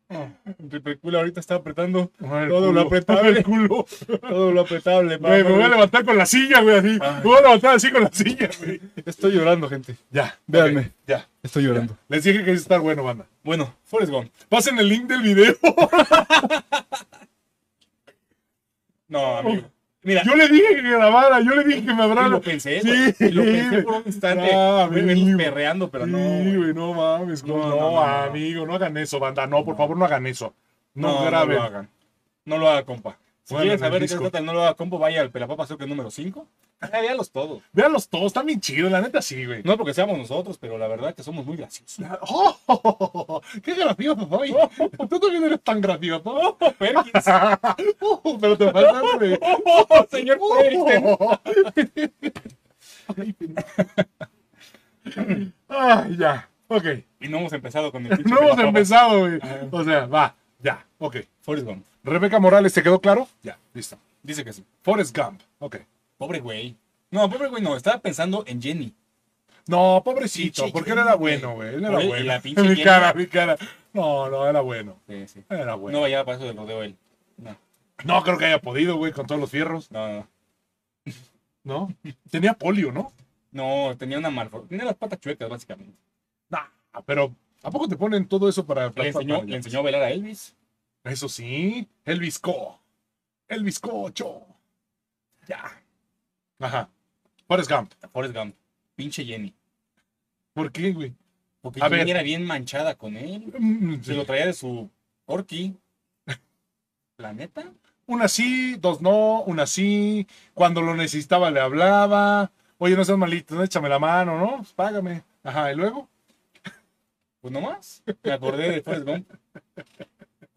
Speaker 1: No, amigo.
Speaker 2: Ripercula ahorita está apretando
Speaker 1: El
Speaker 2: Todo lo
Speaker 1: culo.
Speaker 2: apretable.
Speaker 1: El culo.
Speaker 2: todo lo apretable.
Speaker 1: Güey, me voy a
Speaker 2: vámonos.
Speaker 1: levantar con la silla, güey, así.
Speaker 2: Ay.
Speaker 1: Me voy a levantar así con la silla, güey.
Speaker 2: Estoy llorando, gente.
Speaker 1: Ya,
Speaker 2: Véanme.
Speaker 1: ok, ya.
Speaker 2: Estoy llorando.
Speaker 1: Les dije que iba a estar bueno, banda.
Speaker 2: Bueno, Forrest Gump.
Speaker 1: Pasen el link del video.
Speaker 2: No, amigo. Mira,
Speaker 1: Oh. Yo le dije que grabara, yo le dije que me
Speaker 2: y
Speaker 1: habrá.
Speaker 2: lo pensé,
Speaker 1: Sí.
Speaker 2: güey, y lo pensé por un instante.
Speaker 1: Ah,
Speaker 2: me venimos
Speaker 1: amigo.
Speaker 2: perreando, pero no.
Speaker 1: Sí,
Speaker 2: güey.
Speaker 1: güey, no mames. No,
Speaker 2: No,
Speaker 1: no,
Speaker 2: no, no, no.
Speaker 1: amigo, no hagan eso, banda. No, por favor, no hagan eso. No,
Speaker 2: No, no
Speaker 1: graben.
Speaker 2: lo hagan. No lo haga, compa. Si
Speaker 1: Bueno,
Speaker 2: quieren
Speaker 1: en el
Speaker 2: saber de qué se
Speaker 1: disco.
Speaker 2: trata el no lo haga combo, vaya al Pelapapa Soccer número 5. Ya véanlos todos.
Speaker 1: Véanlos todos, están bien chidos, la neta sí, güey.
Speaker 2: No porque seamos nosotros, pero la verdad que somos muy graciosos.
Speaker 1: ¡Oh! ¡Qué gracioso soy! Tú también eres tan gracioso.
Speaker 2: ¡Oh, Perkins!
Speaker 1: Oh, pero te pasaste.
Speaker 2: ¡Oh, señor Perkins!
Speaker 1: Oh. Ay, ya. Ok.
Speaker 2: Y no hemos empezado con el pinche
Speaker 1: No hemos
Speaker 2: Pelapapa.
Speaker 1: empezado, güey.
Speaker 2: Ajá.
Speaker 1: O sea, va. Ya. Ok.
Speaker 2: Forrest Gump.
Speaker 1: Rebeca Morales, ¿te quedó claro? Ya, listo.
Speaker 2: Dice que sí.
Speaker 1: Forrest Gump. Ok.
Speaker 2: Pobre güey. No, pobre güey no. Estaba pensando en Jenny.
Speaker 1: No, pobrecito,
Speaker 2: Pinche
Speaker 1: porque él
Speaker 2: Jenny,
Speaker 1: era
Speaker 2: güey.
Speaker 1: bueno, güey. Él era
Speaker 2: Oye, y
Speaker 1: bueno.
Speaker 2: la pinche
Speaker 1: mi
Speaker 2: Jenny
Speaker 1: cara,
Speaker 2: era-
Speaker 1: mi cara. No, no, era bueno.
Speaker 2: Sí, sí.
Speaker 1: Era bueno.
Speaker 2: No vaya para eso del rodeo él. No,
Speaker 1: No creo que haya podido, güey, con todos los fierros,
Speaker 2: no, no.
Speaker 1: ¿no? Tenía polio, ¿no?
Speaker 2: No, tenía una malformación. Tenía las patas chuecas, básicamente.
Speaker 1: Nah, pero ¿a poco te ponen todo eso para
Speaker 2: Le enseñó, le enseñó a bailar a Elvis.
Speaker 1: Eso sí, el bizco. El bizcocho.
Speaker 2: Ya.
Speaker 1: Ajá. Forrest Gump.
Speaker 2: A Forrest Gump. Pinche Jenny.
Speaker 1: ¿Por qué, güey?
Speaker 2: Porque
Speaker 1: A
Speaker 2: Jenny
Speaker 1: ver.
Speaker 2: era bien manchada con él.
Speaker 1: Mm,
Speaker 2: Se lo traía de su orqui. ¿La neta?
Speaker 1: Una sí, dos no, una sí. Cuando lo necesitaba le hablaba. Oye, no seas malito, no, échame la mano, ¿no? Pues, Págame. Ajá, y luego.
Speaker 2: Pues nomás. Me acordé de Forrest Gump.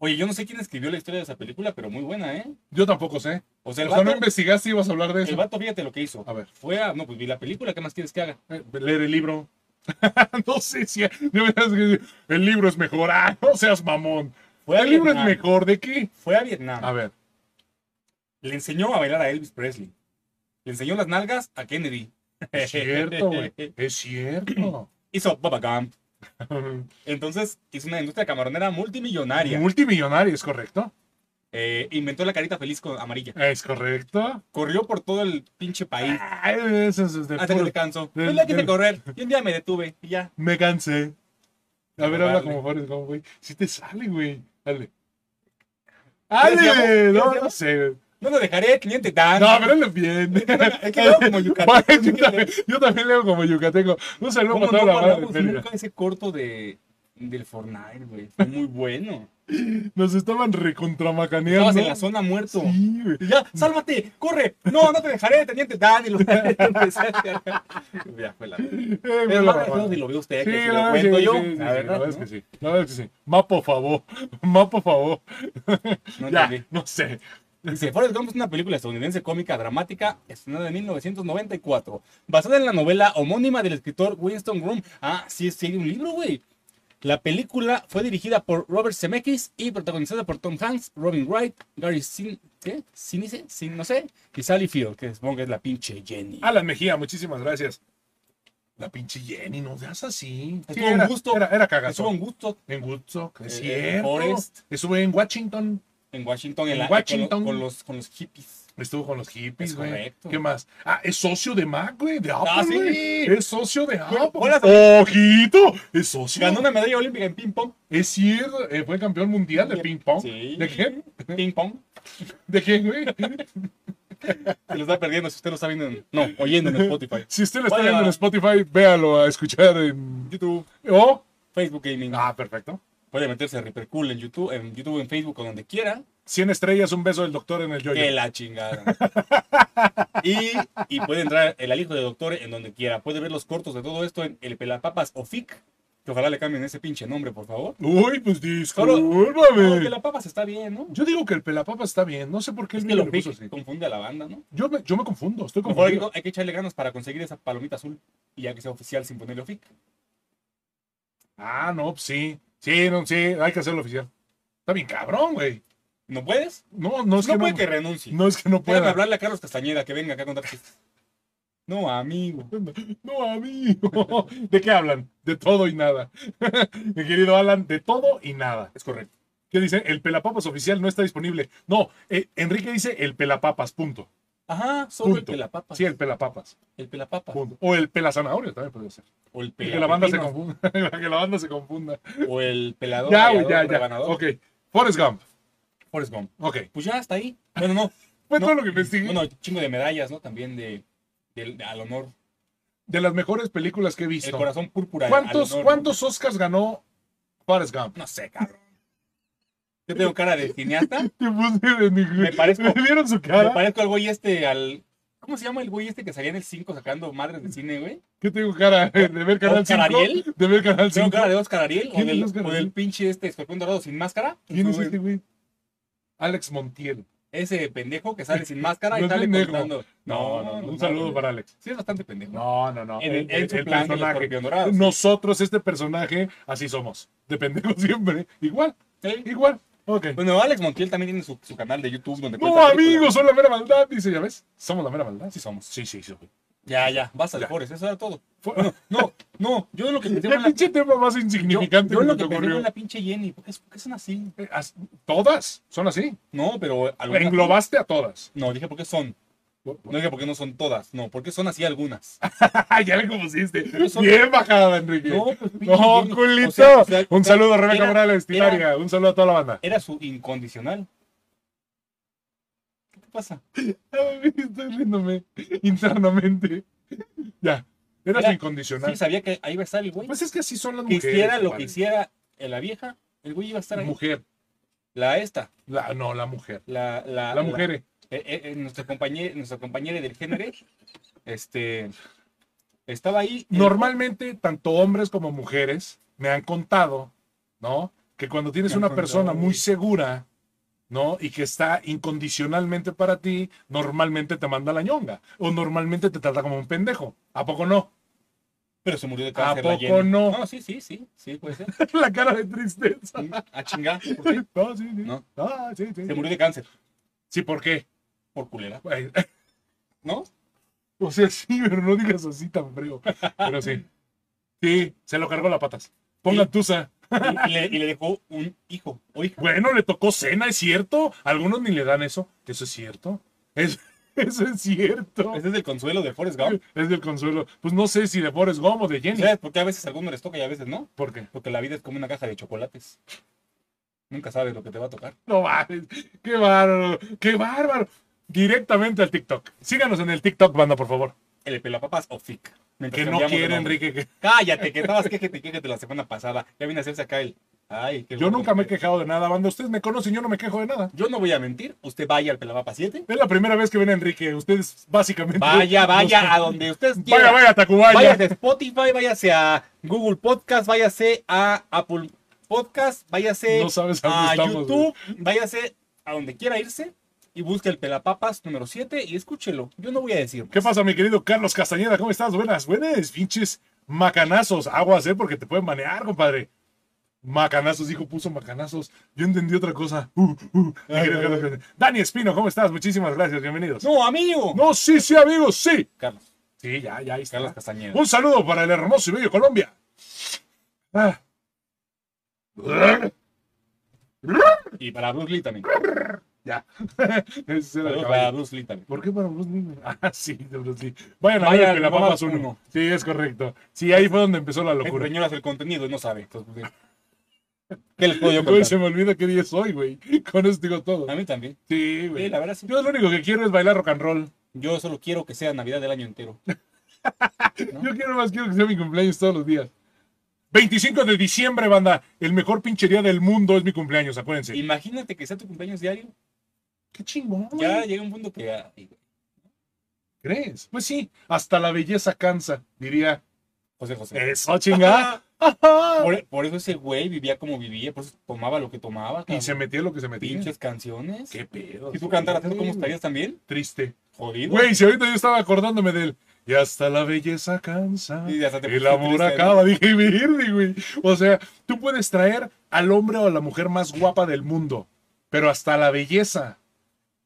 Speaker 2: Oye, yo no sé quién escribió la historia de esa película, pero muy buena, ¿eh?
Speaker 1: Yo tampoco sé.
Speaker 2: O sea, el
Speaker 1: o sea, no
Speaker 2: vato,
Speaker 1: investigaste y ibas a hablar de
Speaker 2: el
Speaker 1: eso.
Speaker 2: vato, fíjate lo que hizo.
Speaker 1: A ver,
Speaker 2: Fue a. No, pues vi la película, ¿qué más quieres que haga?
Speaker 1: eh, leer el libro. no sé si. de veras que- El libro es mejor. Ah, no seas mamón.
Speaker 2: Fue a
Speaker 1: el libro es
Speaker 2: Vietnam.
Speaker 1: mejor. ¿De qué?
Speaker 2: Fue a Vietnam.
Speaker 1: A ver.
Speaker 2: Le enseñó a bailar a Elvis Presley. Le enseñó las nalgas a Kennedy.
Speaker 1: Es cierto, güey. Es cierto.
Speaker 2: Hizo Baba Gump. Entonces hizo una industria camaronera multimillonaria.
Speaker 1: Multimillonario, ¿es correcto?
Speaker 2: Eh, inventó la carita feliz con amarilla.
Speaker 1: Es correcto.
Speaker 2: Corrió por todo el pinche país.
Speaker 1: Ay, eso es de
Speaker 2: Hasta que
Speaker 1: puro-
Speaker 2: me canso.
Speaker 1: del-
Speaker 2: Pues la quise
Speaker 1: del-
Speaker 2: correr. Y un día me detuve. Y ya.
Speaker 1: Me cansé. A ver, habla
Speaker 2: Dale.
Speaker 1: como Forrest Gump, güey. Si te sale, güey. Dale.
Speaker 2: ¿Ya se
Speaker 1: ¡Dale! No,
Speaker 2: llamó? ¿Ya se llamó?
Speaker 1: no sé.
Speaker 2: No lo dejaré, cliente Dan.
Speaker 1: No, pero hazlo bien.
Speaker 2: Es que leo como yucateco.
Speaker 1: Bueno, yo, también, yo también leo como yucateco. Un saludo
Speaker 2: ¿Cómo
Speaker 1: para
Speaker 2: no
Speaker 1: toda la banda de
Speaker 2: hablamos
Speaker 1: Mérida.
Speaker 2: nunca de ese corto de, del Fortnite, güey? Fue muy bueno.
Speaker 1: Nos estaban recontramacaneando.
Speaker 2: Estabas en la zona muerto.
Speaker 1: Sí, güey.
Speaker 2: Y ya, sálvate, corre. No, no te dejaré, teniente Dan. Y lo empezaste a- Ya fue la.
Speaker 1: Eh, me
Speaker 2: Es
Speaker 1: la
Speaker 2: más gracioso
Speaker 1: mamaron.
Speaker 2: si lo veo
Speaker 1: Sí,
Speaker 2: usted, que si
Speaker 1: la
Speaker 2: lo
Speaker 1: verdad
Speaker 2: cuento
Speaker 1: sí,
Speaker 2: yo.
Speaker 1: sí, sí, sí,
Speaker 2: la verdad,
Speaker 1: es que sí. La verdad es que sí. Más por favor. Más por favor.
Speaker 2: no, no
Speaker 1: ya,
Speaker 2: entendí.
Speaker 1: no sé.
Speaker 2: Dice, Forrest Gump es una película estadounidense cómica dramática estrenada en 1994, basada en la novela homónima del escritor Winston Groom. Ah, sí, sí, hay un libro, güey. La película fue dirigida por Robert Zemeckis y protagonizada por Tom Hanks, Robin Wright, Gary Sin... ¿Qué? Sinise, Sin, no sé, y Sally Field, que supongo que es la pinche Jenny.
Speaker 1: Alan Mejía, muchísimas gracias. La pinche Jenny, no seas así.
Speaker 2: Estuvo en
Speaker 1: era,
Speaker 2: gusto.
Speaker 1: Era, era
Speaker 2: Estuvo
Speaker 1: cagazón.
Speaker 2: en gusto
Speaker 1: En Woodstock, es
Speaker 2: Eh,
Speaker 1: cierto.
Speaker 2: Forest.
Speaker 1: Estuvo en Washington.
Speaker 2: en Washington, en,
Speaker 1: En
Speaker 2: la-
Speaker 1: Washington.
Speaker 2: Con, los, con los con los hippies.
Speaker 1: Estuvo con los hippies,
Speaker 2: Es
Speaker 1: güey.
Speaker 2: correcto.
Speaker 1: ¿Qué más? Ah, es socio de Mac, güey. De Apple,
Speaker 2: Ah, sí.
Speaker 1: güey. Es socio de Apple.
Speaker 2: hola,
Speaker 1: ¡Ojito! Es socio.
Speaker 2: Ganó una medalla olímpica en ping pong.
Speaker 1: Es cierto. eh, fue campeón mundial de ping pong.
Speaker 2: Sí.
Speaker 1: ¿De qué?
Speaker 2: Ping pong.
Speaker 1: ¿De qué, güey?
Speaker 2: Se lo está perdiendo si usted lo está viendo en- No, oyendo en Spotify.
Speaker 1: Si usted lo está
Speaker 2: Vaya.
Speaker 1: viendo en Spotify, véalo a escuchar en YouTube. Oh.
Speaker 2: Facebook Gaming.
Speaker 1: Ah, perfecto.
Speaker 2: Puede meterse a Ripercool en YouTube, en YouTube, en Facebook o donde quiera.
Speaker 1: 100 estrellas, un beso del doctor en el yoyo.
Speaker 2: Que la chingada. y, y puede entrar el alijo de doctor en donde quiera. Puede ver los cortos de todo esto en el Pelapapas o FIC. Que ojalá le cambien ese pinche nombre, por favor.
Speaker 1: Uy, pues
Speaker 2: Solo- No, el
Speaker 1: discúlpame.
Speaker 2: Pelapapas está bien, ¿no?
Speaker 1: Yo digo que el pelapapa está bien. No sé por qué el
Speaker 2: Es que
Speaker 1: niño
Speaker 2: lo
Speaker 1: le puso así.
Speaker 2: FIC confunde a la banda, ¿no?
Speaker 1: Yo me, yo me confundo, estoy
Speaker 2: Mejor hay,
Speaker 1: confundido.
Speaker 2: hay que echarle ganas para conseguir esa palomita azul. Y ya que sea oficial sin ponerle FIC.
Speaker 1: Ah, no, pues sí. Sí, no, sí, hay que hacerlo oficial. Está bien cabrón, güey.
Speaker 2: ¿No puedes?
Speaker 1: No, no es
Speaker 2: no
Speaker 1: que
Speaker 2: puede
Speaker 1: no,
Speaker 2: que renuncie.
Speaker 1: no es que no
Speaker 2: Pueden
Speaker 1: pueda.
Speaker 2: hablarle a Carlos Castañeda que venga acá a contar chistes. No, amigo.
Speaker 1: No, amigo. ¿De qué hablan? De todo y nada. Mi querido Alan, de todo y nada.
Speaker 2: Es correcto.
Speaker 1: ¿Qué dice? El pelapapas oficial no está disponible. No, eh, Enrique dice el pelapapas, punto.
Speaker 2: Ajá, solo
Speaker 1: Punto.
Speaker 2: el pelapapas.
Speaker 1: Sí, el pelapapas,
Speaker 2: El pelapapa.
Speaker 1: punto. O el pelazanahorio también puede ser.
Speaker 2: O el
Speaker 1: Que la banda se
Speaker 2: pelapepino,
Speaker 1: confunda. que la banda se confunda.
Speaker 2: O el pelador.
Speaker 1: Ya, güey,
Speaker 2: rallador,
Speaker 1: ya, ya.
Speaker 2: rebanador.
Speaker 1: Ok. Forrest Gump.
Speaker 2: Forrest Gump.
Speaker 1: Ok.
Speaker 2: Pues ya hasta ahí. Bueno, no.
Speaker 1: Fue
Speaker 2: No.
Speaker 1: todo lo que investigué.
Speaker 2: Bueno, chingo de medallas, ¿no? También de, del- de- al honor.
Speaker 1: de las mejores películas que he
Speaker 2: El
Speaker 1: visto.
Speaker 2: corazón púrpura. al
Speaker 1: ¿Cuántos,
Speaker 2: honor.
Speaker 1: ¿cuántos Oscars ganó Forrest Gump?
Speaker 2: No sé, cabrón. Yo tengo cara de cineasta.
Speaker 1: Te puse de mi-
Speaker 2: Me parezco-
Speaker 1: ¿Le vieron su
Speaker 2: Me
Speaker 1: cara?
Speaker 2: parezco al güey este, al. ¿Cómo se llama el güey este que salía en el 5 sacando madres de cine, güey?
Speaker 1: ¿Qué tengo cara? ¿De ver Canal
Speaker 2: ¿Oscar
Speaker 1: 5?
Speaker 2: Ariel?
Speaker 1: ¿De ver Canal
Speaker 2: ¿Tengo
Speaker 1: 5?
Speaker 2: cara de Oscar Ariel? ¿O
Speaker 1: ¿Quién es
Speaker 2: del,
Speaker 1: Oscar
Speaker 2: o del
Speaker 1: Ariel?
Speaker 2: pinche este escorpión dorado sin máscara?
Speaker 1: ¿Quién es este güey? Alex Montiel.
Speaker 2: Ese pendejo que sale sin máscara
Speaker 1: No
Speaker 2: y
Speaker 1: es
Speaker 2: sale
Speaker 1: pendejo.
Speaker 2: contando.
Speaker 1: No, no, no. Un saludo para Alex.
Speaker 2: Sí, es bastante pendejo.
Speaker 1: No, no, no.
Speaker 2: En el, en su
Speaker 1: el
Speaker 2: plan, el
Speaker 1: personaje.
Speaker 2: escorpión dorado.
Speaker 1: Nosotros, este personaje, así somos. De pendejos siempre. Igual,
Speaker 2: Sí.
Speaker 1: igual. Ok.
Speaker 2: Bueno, Alex Montiel también tiene su, su canal de YouTube donde
Speaker 1: No,
Speaker 2: cuenta películas.
Speaker 1: amigos, son la mera maldad. Dice, ¿ya ves? Somos la mera maldad.
Speaker 2: Sí somos.
Speaker 1: Sí, sí, sí. güey.
Speaker 2: Ya, ya, basta de
Speaker 1: Ya.
Speaker 2: Forrest, eso era todo.
Speaker 1: Fue-
Speaker 2: No, no, yo lo que pensé
Speaker 1: El
Speaker 2: fue en la,
Speaker 1: pinche tema más
Speaker 2: yo,
Speaker 1: insignificante
Speaker 2: yo
Speaker 1: que
Speaker 2: lo
Speaker 1: se
Speaker 2: que
Speaker 1: te
Speaker 2: pensé fue en
Speaker 1: ocurrió.
Speaker 2: la pinche Jenny, ¿por qué, por qué son así?
Speaker 1: Eh, as- Todas son así.
Speaker 2: No, pero algunas...
Speaker 1: Englobaste a todas.
Speaker 2: No, dije por qué son. No dije por qué no son todas, no, porque son así algunas. Ah,
Speaker 1: ya le compusiste.
Speaker 2: Son-
Speaker 1: Bien bajada, Enrique.
Speaker 2: No,
Speaker 1: No,
Speaker 2: pues, pinche Jenny.
Speaker 1: culito.
Speaker 2: O sea, o sea,
Speaker 1: Un saludo a Rebeca
Speaker 2: era-
Speaker 1: Morales,
Speaker 2: era-
Speaker 1: Tilaria. Un saludo a toda la banda.
Speaker 2: Era su incondicional. ¿Qué te pasa?
Speaker 1: Estoy riéndome internamente. Ya. Eras
Speaker 2: Era-
Speaker 1: incondicional.
Speaker 2: Sí, sabía que ahí iba a estar el güey.
Speaker 1: Pues es que así son las
Speaker 2: que
Speaker 1: mujeres.
Speaker 2: hiciera lo que
Speaker 1: compadre.
Speaker 2: hiciera la vieja, el güey iba a estar ahí.
Speaker 1: Mujer.
Speaker 2: La esta,
Speaker 1: La, no, la mujer.
Speaker 2: la... La,
Speaker 1: La mujer. eh.
Speaker 2: eh, eh, eh, nuestra compañera, nuestra compañera del género, este, estaba ahí. eh, y-
Speaker 1: Normalmente, tanto hombres como mujeres me han contado, ¿no? Que cuando tienes
Speaker 2: Me han
Speaker 1: una
Speaker 2: contado,
Speaker 1: persona muy
Speaker 2: güey.
Speaker 1: segura, ¿no? Y que está incondicionalmente para ti, normalmente te manda la ñonga. O normalmente te trata como un pendejo. ¿A poco no?
Speaker 2: Pero se murió de
Speaker 1: ¿A
Speaker 2: cáncer. la
Speaker 1: poco
Speaker 2: Jenny.
Speaker 1: no?
Speaker 2: No, sí, sí, sí, sí, puede ser. Ah,
Speaker 1: la cara de tristeza.
Speaker 2: A chingar.
Speaker 1: No, sí, sí.
Speaker 2: No.
Speaker 1: Ah, sí, sí.
Speaker 2: Se murió de cáncer.
Speaker 1: Sí, ¿por qué?
Speaker 2: Por culera.
Speaker 1: Ay,
Speaker 2: ¿No?
Speaker 1: O sea, sí, pero no digas así tan frío. Pero sí. Sí, se lo cargó las patas. Pongan
Speaker 2: Sí.
Speaker 1: tusa.
Speaker 2: Y, y le, y le dejó un hijo o hija.
Speaker 1: Bueno, le tocó cena, es cierto. Algunos ni le dan eso. Eso es cierto. Es- eso es cierto.
Speaker 2: Ese es el consuelo de Forrest Gump.
Speaker 1: Es del consuelo. Pues no sé si de Forrest Gump o de Jenny.
Speaker 2: ¿Sabes por qué a veces a algunos les toca y a veces no?
Speaker 1: Porque
Speaker 2: Porque la vida es como una caja de chocolates. Nunca sabes lo que te va a tocar.
Speaker 1: no mames. Qué bárbaro. Qué bárbaro. Directamente al TikTok. Síganos en el TikTok, banda, por favor.
Speaker 2: El pelapapas o FIC. Mientras
Speaker 1: Que no
Speaker 2: cambiamos de
Speaker 1: quiere,
Speaker 2: nombre.
Speaker 1: Enrique. que-
Speaker 2: Cállate, que estabas quejete, quejete la semana pasada. Ya viene a hacerse acá el. Ay, qué
Speaker 1: Yo
Speaker 2: bueno
Speaker 1: nunca me he
Speaker 2: que-
Speaker 1: quejado de nada, banda. Ustedes me conocen, yo no me quejo de nada.
Speaker 2: Yo no voy a mentir, usted vaya al Pelapapa 7.
Speaker 1: Es la primera vez que ven a Enrique. Ustedes básicamente.
Speaker 2: Vaya, vaya a donde ustedes quieran.
Speaker 1: Vaya, vaya, Tacubaya.
Speaker 2: Váyase a Spotify, váyase a Google Podcast, váyase a Apple Podcast, váyase
Speaker 1: No sabes a dónde
Speaker 2: a
Speaker 1: estamos. güey.
Speaker 2: YouTube, váyase a donde quiera irse y busque el Pelapapas número 7 y escúchelo. Yo no voy a decir.
Speaker 1: ¿Qué pasa, mi querido Carlos Castañeda? ¿Cómo estás? Buenas, buenas, pinches macanazos. Aguas, ¿eh? Porque te pueden manear, compadre. Macanazos, dijo, puso macanazos. Yo entendí otra cosa. Uh, uh, mi
Speaker 2: Ay,
Speaker 1: querido
Speaker 2: ay,
Speaker 1: Carlos Castañeda. Dani Espino, ¿cómo estás? Muchísimas gracias, bienvenidos.
Speaker 2: No, amigo.
Speaker 1: No, Ah. sí, sí, amigos, sí.
Speaker 2: Carlos,
Speaker 1: Sí, ya, ya, ahí está.
Speaker 2: Carlos Castañeda.
Speaker 1: Un saludo para el hermoso y bello Colombia. Ah.
Speaker 2: Y para Bruce Lee también.
Speaker 1: Ya. Ese era el
Speaker 2: Saludos
Speaker 1: caballo.
Speaker 2: para Bruce Lee también.
Speaker 1: ¿Por qué para Bruce Lee? Ah, sí, de Bruce Lee. Vayan a
Speaker 2: Vayan
Speaker 1: ver el
Speaker 2: al
Speaker 1: Pelapapas
Speaker 2: Pelapapas
Speaker 1: 1.
Speaker 2: uno.
Speaker 1: Sí, es correcto. Sí, ahí fue donde empezó la
Speaker 2: El
Speaker 1: locura.
Speaker 2: señor hace el contenido y no sabe. Entonces, pues, ¿Qué les puedo yo
Speaker 1: Güey, se
Speaker 2: contar?
Speaker 1: me olvida qué día es hoy, güey. Con eso digo todo.
Speaker 2: A mí también.
Speaker 1: Sí, güey.
Speaker 2: Sí, la verdad sí.
Speaker 1: Yo lo único que quiero es bailar rock and roll.
Speaker 2: Yo solo quiero que sea Navidad del año entero. ¿No?
Speaker 1: Yo quiero más, quiero que sea mi cumpleaños todos los días. 25 de diciembre, banda. El mejor pinchería del mundo es mi cumpleaños, acuérdense.
Speaker 2: Imagínate que sea tu cumpleaños diario.
Speaker 1: qué chingón, güey.
Speaker 2: Ya llega un punto que. ah, ay, güey.
Speaker 1: ¿Crees? Pues sí, hasta la belleza cansa, diría.
Speaker 2: José José.
Speaker 1: Eso, chingada.
Speaker 2: Por, por eso ese güey vivía como vivía, por eso tomaba lo que tomaba.
Speaker 1: y
Speaker 2: cabrón.
Speaker 1: se metía lo que se metía.
Speaker 2: Pinches canciones.
Speaker 1: Qué pedo.
Speaker 2: Si tú cantaras eso,
Speaker 1: güey.
Speaker 2: ¿cómo estarías también?
Speaker 1: Triste.
Speaker 2: Jodido.
Speaker 1: Güey, si ahorita yo estaba acordándome del. Y hasta la belleza cansa.
Speaker 2: Y hasta te
Speaker 1: El
Speaker 2: pusiste
Speaker 1: amor
Speaker 2: triste, ¿no?
Speaker 1: acaba, dije, "Virdi, güey. O sea, tú puedes traer al hombre o a la mujer más guapa del mundo, pero hasta la belleza,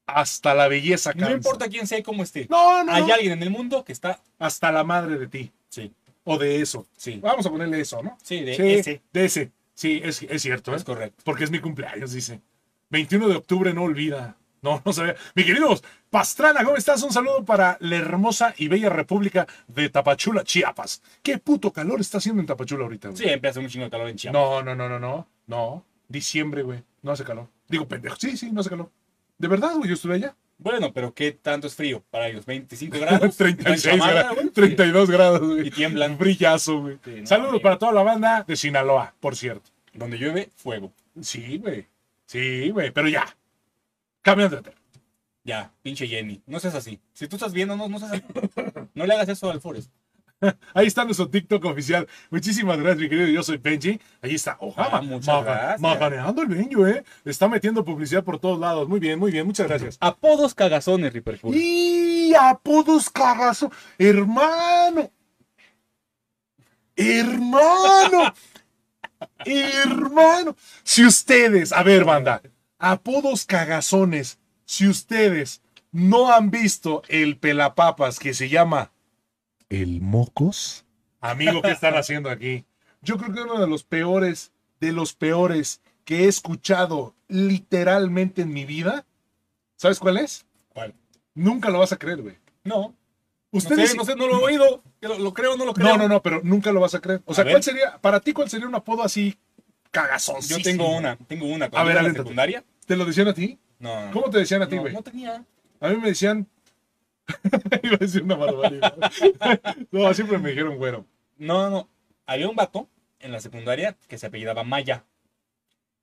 Speaker 1: hasta la belleza
Speaker 2: No
Speaker 1: cansa.
Speaker 2: importa quién sea y cómo esté.
Speaker 1: No, no,
Speaker 2: Hay
Speaker 1: no.
Speaker 2: alguien en el mundo que está.
Speaker 1: Hasta la madre de ti,
Speaker 2: Sí,
Speaker 1: o de eso.
Speaker 2: sí.
Speaker 1: Vamos a ponerle eso, ¿no?
Speaker 2: Sí, de
Speaker 1: Sí,
Speaker 2: ese.
Speaker 1: De ese. Sí, es, es cierto, ¿eh?
Speaker 2: Es correcto.
Speaker 1: Porque es mi cumpleaños, dice. 21 de octubre, no olvida. No, no sabía. Mi queridos, Pastrana, ¿cómo estás? Un saludo para la hermosa y bella República de Tapachula, Chiapas. Qué puto calor está haciendo en Tapachula ahorita, güey.
Speaker 2: Siempre hace un chingo de calor en Chiapas.
Speaker 1: No, no, no, no, no. No. Diciembre, güey. No hace calor. Digo, pendejo. Sí, sí, no hace calor. De verdad, güey, yo estuve allá.
Speaker 2: Bueno, pero ¿qué tanto es frío para ellos? ¿25 grados? ¿Tan
Speaker 1: 36
Speaker 2: chamada,
Speaker 1: grados.
Speaker 2: pues, güey?
Speaker 1: 32 grados, güey.
Speaker 2: Y tiemblan.
Speaker 1: Un brillazo, güey.
Speaker 2: Sí, no,
Speaker 1: Saludos
Speaker 2: amigo.
Speaker 1: para toda la banda de Sinaloa, por cierto.
Speaker 2: Donde llueve, fuego.
Speaker 1: Sí, güey. Sí, güey, pero ya. Cambiando de tema.
Speaker 2: Ya, pinche Jenny. No seas así. Si tú estás viéndonos, no seas así. No le hagas eso al Forest.
Speaker 1: Ahí está nuestro TikTok oficial. Muchísimas gracias, mi querido. Yo soy Benji. Ahí está. Oh, Ojalá.
Speaker 2: Ah, muchas
Speaker 1: maga-
Speaker 2: gracias.
Speaker 1: Maganeando el Benjo, ¿eh? Está metiendo publicidad por todos lados. Muy bien, muy bien. Muchas gracias.
Speaker 2: Apodos cagazones, Ripperful.
Speaker 1: Y apodos cagazo. Hermano. Hermano. Hermano. Si ustedes, a ver, banda, apodos cagazones. Si ustedes no han visto el pelapapas que se llama el mocos, amigo, ¿qué están haciendo aquí? Yo creo que uno de los peores, de los peores que he escuchado literalmente en mi vida, ¿sabes cuál es?
Speaker 2: ¿Cuál?
Speaker 1: Nunca lo vas a creer, güey.
Speaker 2: No.
Speaker 1: Ustedes.
Speaker 2: No sé, no sé, no lo he oído. Lo, lo creo, no lo creo.
Speaker 1: no, no, no, pero nunca lo vas a creer. O sea,
Speaker 2: A ver.
Speaker 1: ¿cuál sería, para ti, cuál sería un apodo así cagazón?
Speaker 2: Yo tengo una, tengo una.
Speaker 1: A
Speaker 2: Cuando
Speaker 1: ver,
Speaker 2: iba a la
Speaker 1: aviéntate.
Speaker 2: secundaria?
Speaker 1: ¿Te lo decían a ti?
Speaker 2: No, no.
Speaker 1: ¿Cómo te decían a ti,
Speaker 2: no,
Speaker 1: güey?
Speaker 2: no tenía.
Speaker 1: A mí me decían. Iba a decir una barbaridad. no, siempre me dijeron, güero.
Speaker 2: No, no. Había un vato en la secundaria que se apellidaba Maya.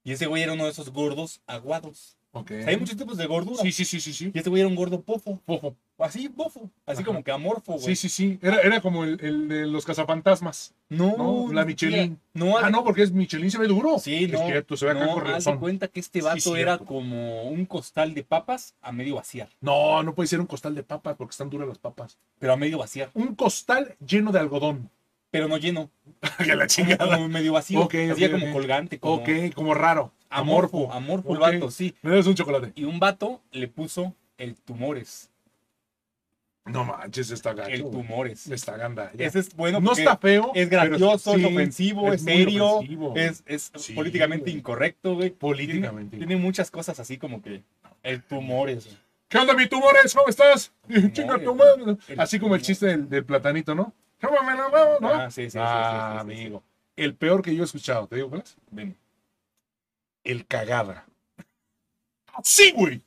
Speaker 2: Y ese güey era uno de esos gordos aguados.
Speaker 1: Ok.
Speaker 2: O sea, hay muchos tipos de gordura.
Speaker 1: Eh. Sí, sí, sí, sí, sí.
Speaker 2: Y este güey era un gordo pofo.
Speaker 1: Fofo.
Speaker 2: Así, bofo. Así
Speaker 1: Ajá.
Speaker 2: como que amorfo, güey.
Speaker 1: Sí, sí, sí. Era, era como el, el de los cazafantasmas.
Speaker 2: No,
Speaker 1: No, la
Speaker 2: ni siquiera.
Speaker 1: Michelin.
Speaker 2: No,
Speaker 1: Ah,
Speaker 2: haz-
Speaker 1: no, porque es Michelin se ve duro.
Speaker 2: Sí, no.
Speaker 1: Es cierto, se ve acá
Speaker 2: no,
Speaker 1: con
Speaker 2: haz de
Speaker 1: razón.
Speaker 2: cuenta que este
Speaker 1: ah, Sí,
Speaker 2: vato era
Speaker 1: cierto.
Speaker 2: como un costal de papas a medio vaciar.
Speaker 1: No, no puede ser un costal de papas porque están duras las papas.
Speaker 2: Pero a medio vaciar.
Speaker 1: Un costal lleno de algodón.
Speaker 2: Pero no lleno.
Speaker 1: que la
Speaker 2: Como, como medio vacío.
Speaker 1: Ok,
Speaker 2: Hacía
Speaker 1: ok,
Speaker 2: como
Speaker 1: ok.
Speaker 2: colgante. Como
Speaker 1: Ok, como raro.
Speaker 2: Amorfo. Amorfo
Speaker 1: Ok.
Speaker 2: el vato, sí.
Speaker 1: Me das un chocolate.
Speaker 2: Y un vato le puso el tumores.
Speaker 1: No manches, está gacho.
Speaker 2: El
Speaker 1: güey.
Speaker 2: tumores.
Speaker 1: Está ganda. ya.
Speaker 2: Ese es bueno
Speaker 1: no
Speaker 2: porque
Speaker 1: está feo.
Speaker 2: es
Speaker 1: pero
Speaker 2: gracioso,
Speaker 1: sí,
Speaker 2: es ofensivo, es,
Speaker 1: muy
Speaker 2: serio,
Speaker 1: ofensivo.
Speaker 2: es, es
Speaker 1: Sí,
Speaker 2: políticamente
Speaker 1: güey.
Speaker 2: incorrecto, güey.
Speaker 1: políticamente.
Speaker 2: Tiene muchas cosas así como que el tumor es...
Speaker 1: ¿Qué onda, mi tumores? ¿Cómo estás?
Speaker 2: tumores,
Speaker 1: Chinga tu
Speaker 2: güey.
Speaker 1: madre.
Speaker 2: El
Speaker 1: Así como el
Speaker 2: tumor.
Speaker 1: chiste del, del platanito, ¿no? Chúpame la mano, ¿no?
Speaker 2: Ah, sí, sí, sí, sí,
Speaker 1: Ah,
Speaker 2: sí, sí, sí.
Speaker 1: amigo. El peor que yo he escuchado, ¿te digo cuál es?
Speaker 2: Ven.
Speaker 1: El cagada. Ah, Sí, güey.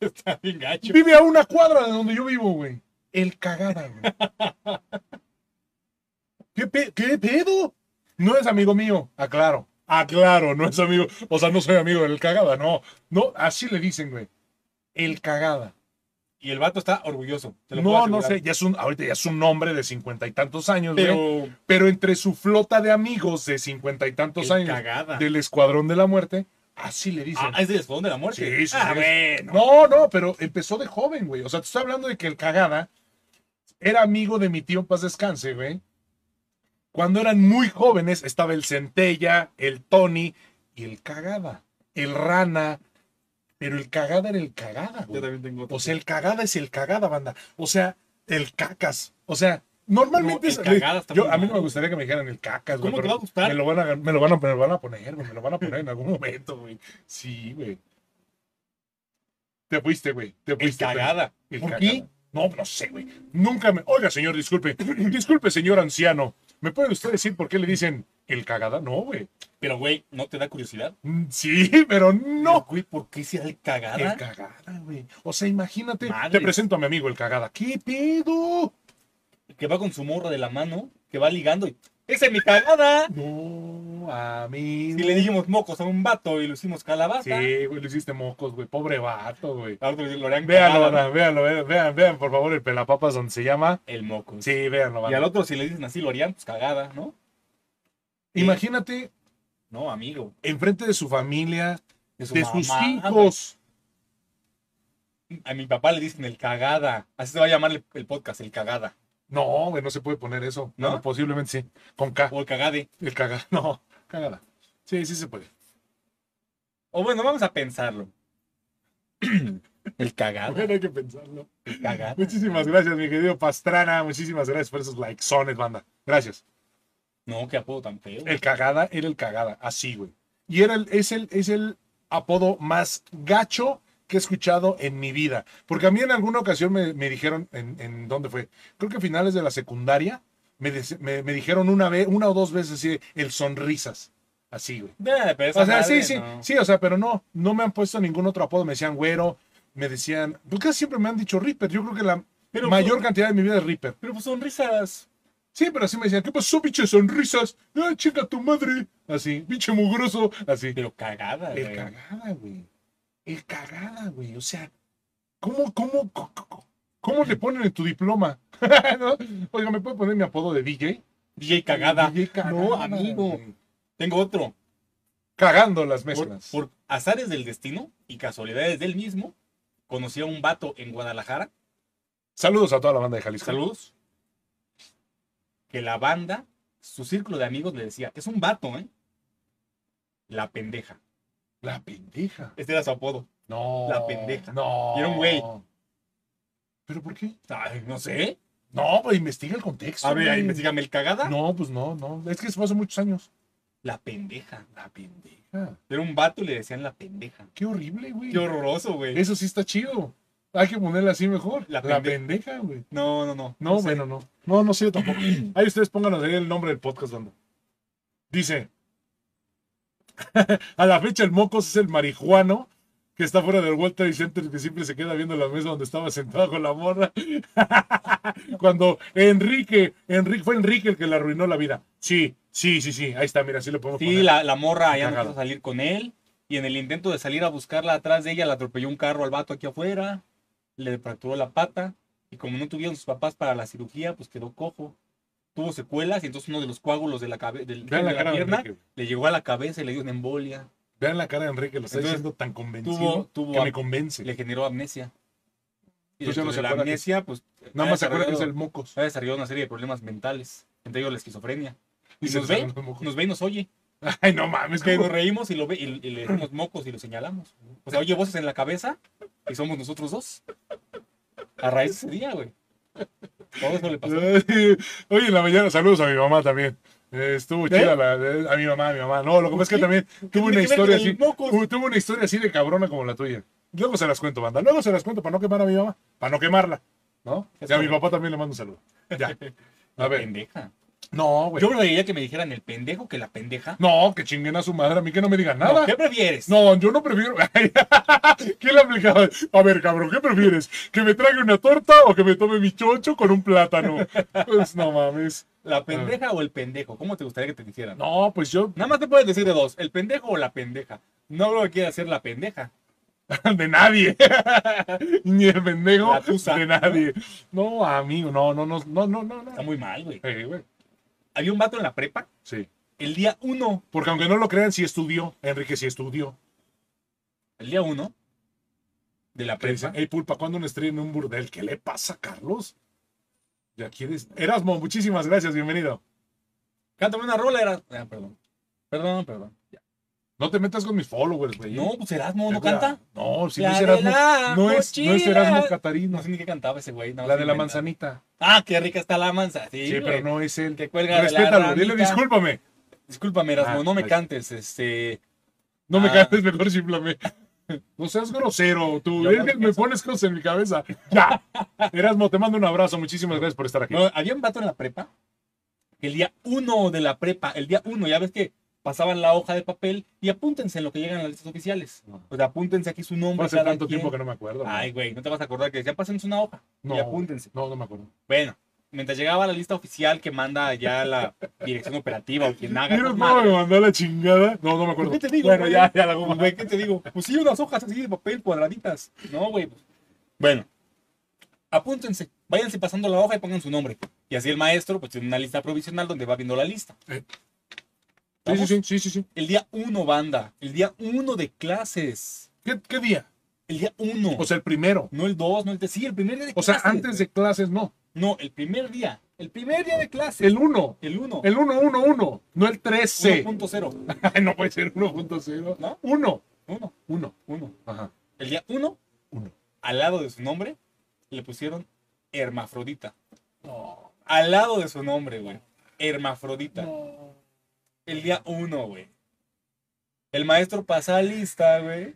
Speaker 2: Está bien gacho.
Speaker 1: Vive a una cuadra de donde yo vivo, güey. El cagada, güey. ¿Qué, pe- qué pedo? No es amigo mío, Ah, aclaro. Aclaro, no es amigo. O sea, no soy amigo del cagada, no. No, así le dicen, güey. El cagada.
Speaker 2: Y el vato está orgulloso. te lo puedo
Speaker 1: No, no
Speaker 2: asegurar.
Speaker 1: sé, ya es un, ahorita ya es un hombre de cincuenta y tantos años, güey. Pero,
Speaker 2: Pero
Speaker 1: entre su flota de amigos de cincuenta y tantos
Speaker 2: el
Speaker 1: años
Speaker 2: cagada.
Speaker 1: del Escuadrón de la Muerte, así le dicen.
Speaker 2: Ah, es del escuadrón de la muerte.
Speaker 1: Sí, sí,
Speaker 2: ah,
Speaker 1: sí.
Speaker 2: bueno.
Speaker 1: No, no, pero empezó de joven, güey. O sea, te estoy hablando de que el cagada era amigo de mi tío en paz descanse, güey. Cuando eran muy jóvenes estaba el Centella, el Tony y el cagada. El rana. Pero el cagada era el cagada,
Speaker 2: Yo
Speaker 1: güey.
Speaker 2: también tengo otro.
Speaker 1: O sea, Pues el cagada es el cagada, banda. O sea, el cacas. O sea, normalmente
Speaker 2: No,
Speaker 1: es.
Speaker 2: el cagada está
Speaker 1: yo,
Speaker 2: muy
Speaker 1: a mí no
Speaker 2: mal.
Speaker 1: me gustaría que me dijeran el cacas, güey.
Speaker 2: ¿Cómo te
Speaker 1: pero
Speaker 2: va a gustar?
Speaker 1: Me lo van a, me lo van a, me lo van a poner, güey. Me lo van a poner en algún momento, güey. Sí, güey. Te fuiste, güey. Te
Speaker 2: el
Speaker 1: fuiste.
Speaker 2: cagada.
Speaker 1: pero- el
Speaker 2: ¿Por
Speaker 1: cagada.
Speaker 2: qué?
Speaker 1: No, no sé, güey. Nunca me. Oiga, señor, disculpe. disculpe, señor anciano. ¿Me puede usted decir por qué le dicen el cagada? No, güey.
Speaker 2: Pero, güey, ¿no te da curiosidad?
Speaker 1: Mm, Sí, pero no.
Speaker 2: Güey, ¿por qué será el cagada?
Speaker 1: El cagada, güey. O sea, imagínate. Te
Speaker 2: Madres.
Speaker 1: presento a mi amigo el cagada. ¿Qué pedo?
Speaker 2: que va con su morra de la mano, que va ligando y ¡Esa es mi cagada!
Speaker 1: No, amigo.
Speaker 2: Y le dijimos mocos a un vato y lo hicimos
Speaker 1: Sí,
Speaker 2: calabaza.
Speaker 1: güey, le hiciste mocos, güey. Pobre vato, güey.
Speaker 2: Ahora lo harán
Speaker 1: Véanlo,
Speaker 2: cagada.
Speaker 1: banda, véanlo, vean, vean, vean, por favor, el pelapapas donde se llama.
Speaker 2: El moco.
Speaker 1: Sí, véanlo,
Speaker 2: Y
Speaker 1: banda.
Speaker 2: al otro si le dicen así lo harían, pues cagada, ¿no?
Speaker 1: Imagínate
Speaker 2: No, amigo.
Speaker 1: enfrente de su familia,
Speaker 2: De, su
Speaker 1: de sus
Speaker 2: mamá,
Speaker 1: hijos.
Speaker 2: güey. A mi papá le dicen el cagada. Así se va a llamar el, el podcast, el cagada.
Speaker 1: No, güey, no se puede poner eso.
Speaker 2: ¿No?
Speaker 1: Bueno, posiblemente sí. Con K,
Speaker 2: O el cagade.
Speaker 1: el cagada. No, cagada. Sí, sí se puede.
Speaker 2: O bueno, vamos a pensarlo. el cagada.
Speaker 1: Bueno, hay que pensarlo.
Speaker 2: El cagada.
Speaker 1: Muchísimas gracias, mi querido Pastrana. Muchísimas gracias por esos likesones, banda. Gracias.
Speaker 2: No, qué apodo tan feo.
Speaker 1: El cagada era el cagada, así, güey. Y era el, es, el, es el apodo más gacho que he escuchado en mi vida. Porque a mí en alguna ocasión me, me dijeron, en, en dónde fue? Creo que a finales de la secundaria, me, des- me- me dijeron una, vez, una o dos veces así, de, el sonrisas. Así, güey.
Speaker 2: Eh, pero esa
Speaker 1: O sea, sí,
Speaker 2: madre,
Speaker 1: sí,
Speaker 2: no.
Speaker 1: sí, o sea, pero no, no me han puesto ningún otro apodo. Me decían güero, me decían, pues casi siempre me han dicho Ripper. Yo creo que la
Speaker 2: Pero-
Speaker 1: mayor cantidad de mi vida es Ripper.
Speaker 2: Pero pues sonrisas.
Speaker 1: Sí, pero así me decían, ¿qué pasó, pinche sonrisas? Ah, chica tu madre. Así, pinche mugroso. Así.
Speaker 2: Pero cagada,
Speaker 1: El
Speaker 2: güey.
Speaker 1: cagada, güey. El cagada, güey. O sea, ¿cómo, cómo, co- co- co- cómo le ponen en tu diploma? ¿No? Oiga, ¿me puede poner mi apodo de DJ?
Speaker 2: DJ cagada.
Speaker 1: DJ cagada,
Speaker 2: No, amigo.
Speaker 1: güey.
Speaker 2: Tengo otro.
Speaker 1: Cagando las
Speaker 2: Por,
Speaker 1: mezclas.
Speaker 2: por azares del destino y casualidades del mismo, conocí a un vato en Guadalajara.
Speaker 1: Saludos a toda la banda de Jalisco.
Speaker 2: Saludos. Que la banda, su círculo de amigos le decía, es un vato, ¿eh? La pendeja.
Speaker 1: La pendeja.
Speaker 2: Este era su apodo.
Speaker 1: No.
Speaker 2: La pendeja.
Speaker 1: No.
Speaker 2: Y era un güey.
Speaker 1: ¿Pero por qué?
Speaker 2: Ay, no sé.
Speaker 1: No, pues investiga el contexto.
Speaker 2: A ver,
Speaker 1: güey.
Speaker 2: ahí investigame el cagada.
Speaker 1: No, pues no, no. Es que eso fue hace muchos años.
Speaker 2: La pendeja.
Speaker 1: La pendeja.
Speaker 2: Era un vato y le decían la pendeja.
Speaker 1: Qué horrible, güey.
Speaker 2: Qué horroroso, güey.
Speaker 1: Eso sí está chido. Hay que ponerla así mejor. La,
Speaker 2: La
Speaker 1: pendeja, güey.
Speaker 2: No, no, no.
Speaker 1: No,
Speaker 2: sé.
Speaker 1: bueno, no. No, no sé yo tampoco. Ahí ustedes pónganos ahí el nombre del podcast, banda. Dice. a la fecha el Mocos es el marihuano que está fuera del World Trade Center que siempre se queda viendo la mesa donde estaba sentado con la morra. Cuando Enrique, Enrique, fue Enrique el que le arruinó la vida. Sí, sí, sí, sí. Ahí está, mira, así lo podemos
Speaker 2: Sí,
Speaker 1: poner.
Speaker 2: la, la morra ya no
Speaker 1: Cagado.
Speaker 2: quiso salir con él. Y en el intento de salir a buscarla atrás de ella, la atropelló un carro al vato aquí afuera. Le fracturó la pata. Y como no tuvieron sus papás para la cirugía, pues quedó cojo. Tuvo secuelas y entonces uno de los coágulos de la, cabe- del-
Speaker 1: Vean la
Speaker 2: de la
Speaker 1: cara de
Speaker 2: pierna
Speaker 1: Enrique. güey.
Speaker 2: le llegó a la cabeza y le dio una embolia.
Speaker 1: Vean la cara de Enrique, lo está
Speaker 2: Entonces,
Speaker 1: diciendo tan convencido
Speaker 2: Tuvo, tuvo
Speaker 1: que
Speaker 2: am-
Speaker 1: me convence.
Speaker 2: le generó amnesia. Y
Speaker 1: Pues ya no
Speaker 2: dentro
Speaker 1: se
Speaker 2: de la
Speaker 1: acuerda que-
Speaker 2: amnesia, pues
Speaker 1: Nada más se acuerda que es
Speaker 2: desarrollado-
Speaker 1: el Mocos.
Speaker 2: ha desarrollado una serie de problemas mentales, entre ellos la esquizofrenia. Y
Speaker 1: Dice,
Speaker 2: nos ve,
Speaker 1: "Los mocos".
Speaker 2: nos ve y nos oye.
Speaker 1: Ay, no mames,
Speaker 2: Es que
Speaker 1: qué
Speaker 2: nos reímos y lo ve y, y le decimos mocos y lo señalamos. O sea, oye voces en la cabeza y somos nosotros dos. A raíz de ese día, güey. Todo eso le pasó.
Speaker 1: Oye, en la mañana, saludos a mi mamá también. Eh, estuvo
Speaker 2: ¿Eh?
Speaker 1: chida la, eh, a mi mamá, a mi mamá. No, lo que pasa es que también tuvo una
Speaker 2: tiene que ver
Speaker 1: historia
Speaker 2: con el
Speaker 1: así.
Speaker 2: mocos?
Speaker 1: u- Tuvo una historia así de cabrona como la tuya. Luego se las cuento, banda. Luego se las cuento para no quemar a mi mamá. Para no quemarla. ¿No?
Speaker 2: Es
Speaker 1: Y a mi
Speaker 2: correcto.
Speaker 1: papá también le mando un saludo. Ya. A ver.
Speaker 2: Pendeja.
Speaker 1: No, güey.
Speaker 2: Yo preferiría que me dijeran el pendejo que la pendeja.
Speaker 1: No, que chinguen a su madre. A mí que no me digan nada.
Speaker 2: No, ¿Qué prefieres?
Speaker 1: No, yo no prefiero. ¿Quién le aplicaba? A ver, cabrón, ¿qué prefieres? ¿Que me trague una torta o que me tome mi chocho con un plátano? Pues no mames.
Speaker 2: ¿La pendeja o el pendejo? ¿Cómo te gustaría que te dijeran?
Speaker 1: No, pues yo
Speaker 2: Nada más te puedes decir de dos, el pendejo o la pendeja. No creo que quiera ser la pendeja.
Speaker 1: de nadie. Ni el pendejo
Speaker 2: La tusa.
Speaker 1: de nadie. No, amigo, no, no, no, no, no, no.
Speaker 2: Está
Speaker 1: no.
Speaker 2: muy mal, güey.
Speaker 1: Eh, güey,
Speaker 2: Había un vato en la prepa,
Speaker 1: sí.
Speaker 2: el día uno,
Speaker 1: Porque aunque no lo crean, sí estudió. Enrique sí estudió.
Speaker 2: el día uno de la
Speaker 1: Que dicen,
Speaker 2: prensa.
Speaker 1: hey, Pulpa, ¿cuándo una estrella en un burdel? ¿Qué le pasa, Carlos? ¿Ya quieres? Erasmo, muchísimas gracias, bienvenido.
Speaker 2: Cántame una rola, era. Ah, perdón. Perdón, perdón.
Speaker 1: No te metas con mis followers, güey.
Speaker 2: No, pues Erasmo no
Speaker 1: Te juro.
Speaker 2: canta.
Speaker 1: No, si
Speaker 2: La
Speaker 1: no es
Speaker 2: de
Speaker 1: Erasmo.
Speaker 2: la
Speaker 1: No es, no es
Speaker 2: mochila.
Speaker 1: Erasmo Catarino.
Speaker 2: No sé ni qué cantaba ese güey. nada
Speaker 1: la
Speaker 2: más
Speaker 1: de la
Speaker 2: inventa.
Speaker 1: manzanita.
Speaker 2: Ah, qué rica está la manzana. Sí,
Speaker 1: Sí, pero
Speaker 2: güey.
Speaker 1: no es él.
Speaker 2: Que cuelga de la
Speaker 1: Respétalo, dile
Speaker 2: ramita.
Speaker 1: discúlpame.
Speaker 2: Discúlpame, Erasmo,
Speaker 1: Ah,
Speaker 2: no me
Speaker 1: ahí.
Speaker 2: cantes. Este.
Speaker 1: No me
Speaker 2: Ah.
Speaker 1: cantes mejor, simplame. No seas grosero, tú.
Speaker 2: Yo
Speaker 1: Es
Speaker 2: no
Speaker 1: que
Speaker 2: pienso.
Speaker 1: me pones cosas en mi cabeza. Ya. Erasmo, te mando un abrazo. Muchísimas gracias por estar aquí.
Speaker 2: No, había un vato en la prepa. que El día uno de la prepa, el día uno, ya ves que pasaban la hoja de papel y apúntense en lo que llegan las listas oficiales. O sea, apúntense aquí su nombre.
Speaker 1: Fue hace
Speaker 2: cada
Speaker 1: tanto
Speaker 2: quien.
Speaker 1: tiempo que no me acuerdo. güey.
Speaker 2: Ay, güey, no te vas a acordar que decía, pásense una hoja
Speaker 1: No.
Speaker 2: y apúntense.
Speaker 1: No, no me acuerdo.
Speaker 2: Bueno, mientras llegaba la lista oficial que manda ya la dirección operativa o quien haga.
Speaker 1: Mira
Speaker 2: esas
Speaker 1: cómo me
Speaker 2: madres.
Speaker 1: mandó la chingada. No, no me acuerdo.
Speaker 2: ¿Por qué te digo,
Speaker 1: Bueno,
Speaker 2: güey?
Speaker 1: ya, ya la
Speaker 2: Pues,
Speaker 1: goma.
Speaker 2: güey, ¿qué te digo? Pues sí, unas hojas así de papel cuadraditas. No, güey. pues. Bueno, apúntense, váyanse pasando la hoja y pongan su nombre. Y así el maestro pues tiene una lista provisional donde va viendo la lista.
Speaker 1: Eh. Sí, sí,
Speaker 2: ¿Vamos?
Speaker 1: sí, sí, sí, sí.
Speaker 2: El día 1, banda. El día 1 de clases.
Speaker 1: ¿Qué, qué día?
Speaker 2: El día 1.
Speaker 1: O sea, el primero.
Speaker 2: no el 2, no el 3. Sí, el primer día de
Speaker 1: O sea,
Speaker 2: clases.
Speaker 1: antes de clases, no.
Speaker 2: No, el primer día. El primer día de clases.
Speaker 1: El 1.
Speaker 2: El 1.
Speaker 1: El 111, no el 13.
Speaker 2: 1.0.
Speaker 1: Ay, no puede ser 1.0.
Speaker 2: ¿No?
Speaker 1: 1.
Speaker 2: 1.
Speaker 1: 1.
Speaker 2: 1.
Speaker 1: Ajá.
Speaker 2: El día 1,
Speaker 1: Uno.
Speaker 2: al lado de su nombre, le pusieron Hermafrodita. Al lado de su nombre, güey. Hermafrodita. El día 1, güey. El maestro pasa lista, güey.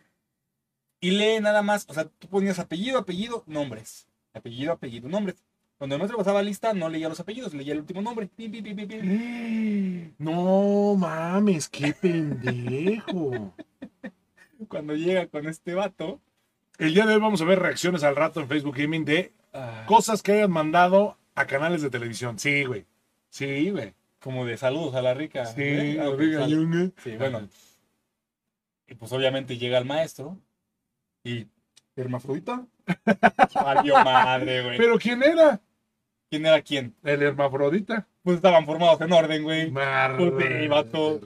Speaker 2: Y lee nada más. O sea, tú ponías apellido, apellido, nombres. Apellido, apellido, nombres. Cuando el maestro pasaba lista, no leía los apellidos, leía el último nombre. Pim, pim, pim, pim, pim.
Speaker 1: No mames, qué pendejo.
Speaker 2: Cuando llega con este vato,
Speaker 1: El día de hoy vamos a ver reacciones al rato en Facebook Gaming de
Speaker 2: ah,
Speaker 1: cosas que hayan mandado a canales de televisión. Sí, güey. Sí, güey.
Speaker 2: Como de saludos a la rica.
Speaker 1: Sí,
Speaker 2: ¿eh? Ah,
Speaker 1: la
Speaker 2: ok,
Speaker 1: rica
Speaker 2: sale.
Speaker 1: Yunga.
Speaker 2: Sí, bueno. Y pues obviamente llega el maestro y. ¿Hermafrodita? Valió madre, güey.
Speaker 1: Pero ¿quién era?
Speaker 2: ¿Quién era quién?
Speaker 1: El hermafrodita.
Speaker 2: Pues estaban formados en orden, güey.
Speaker 1: Mar-
Speaker 2: Pues sí, vato.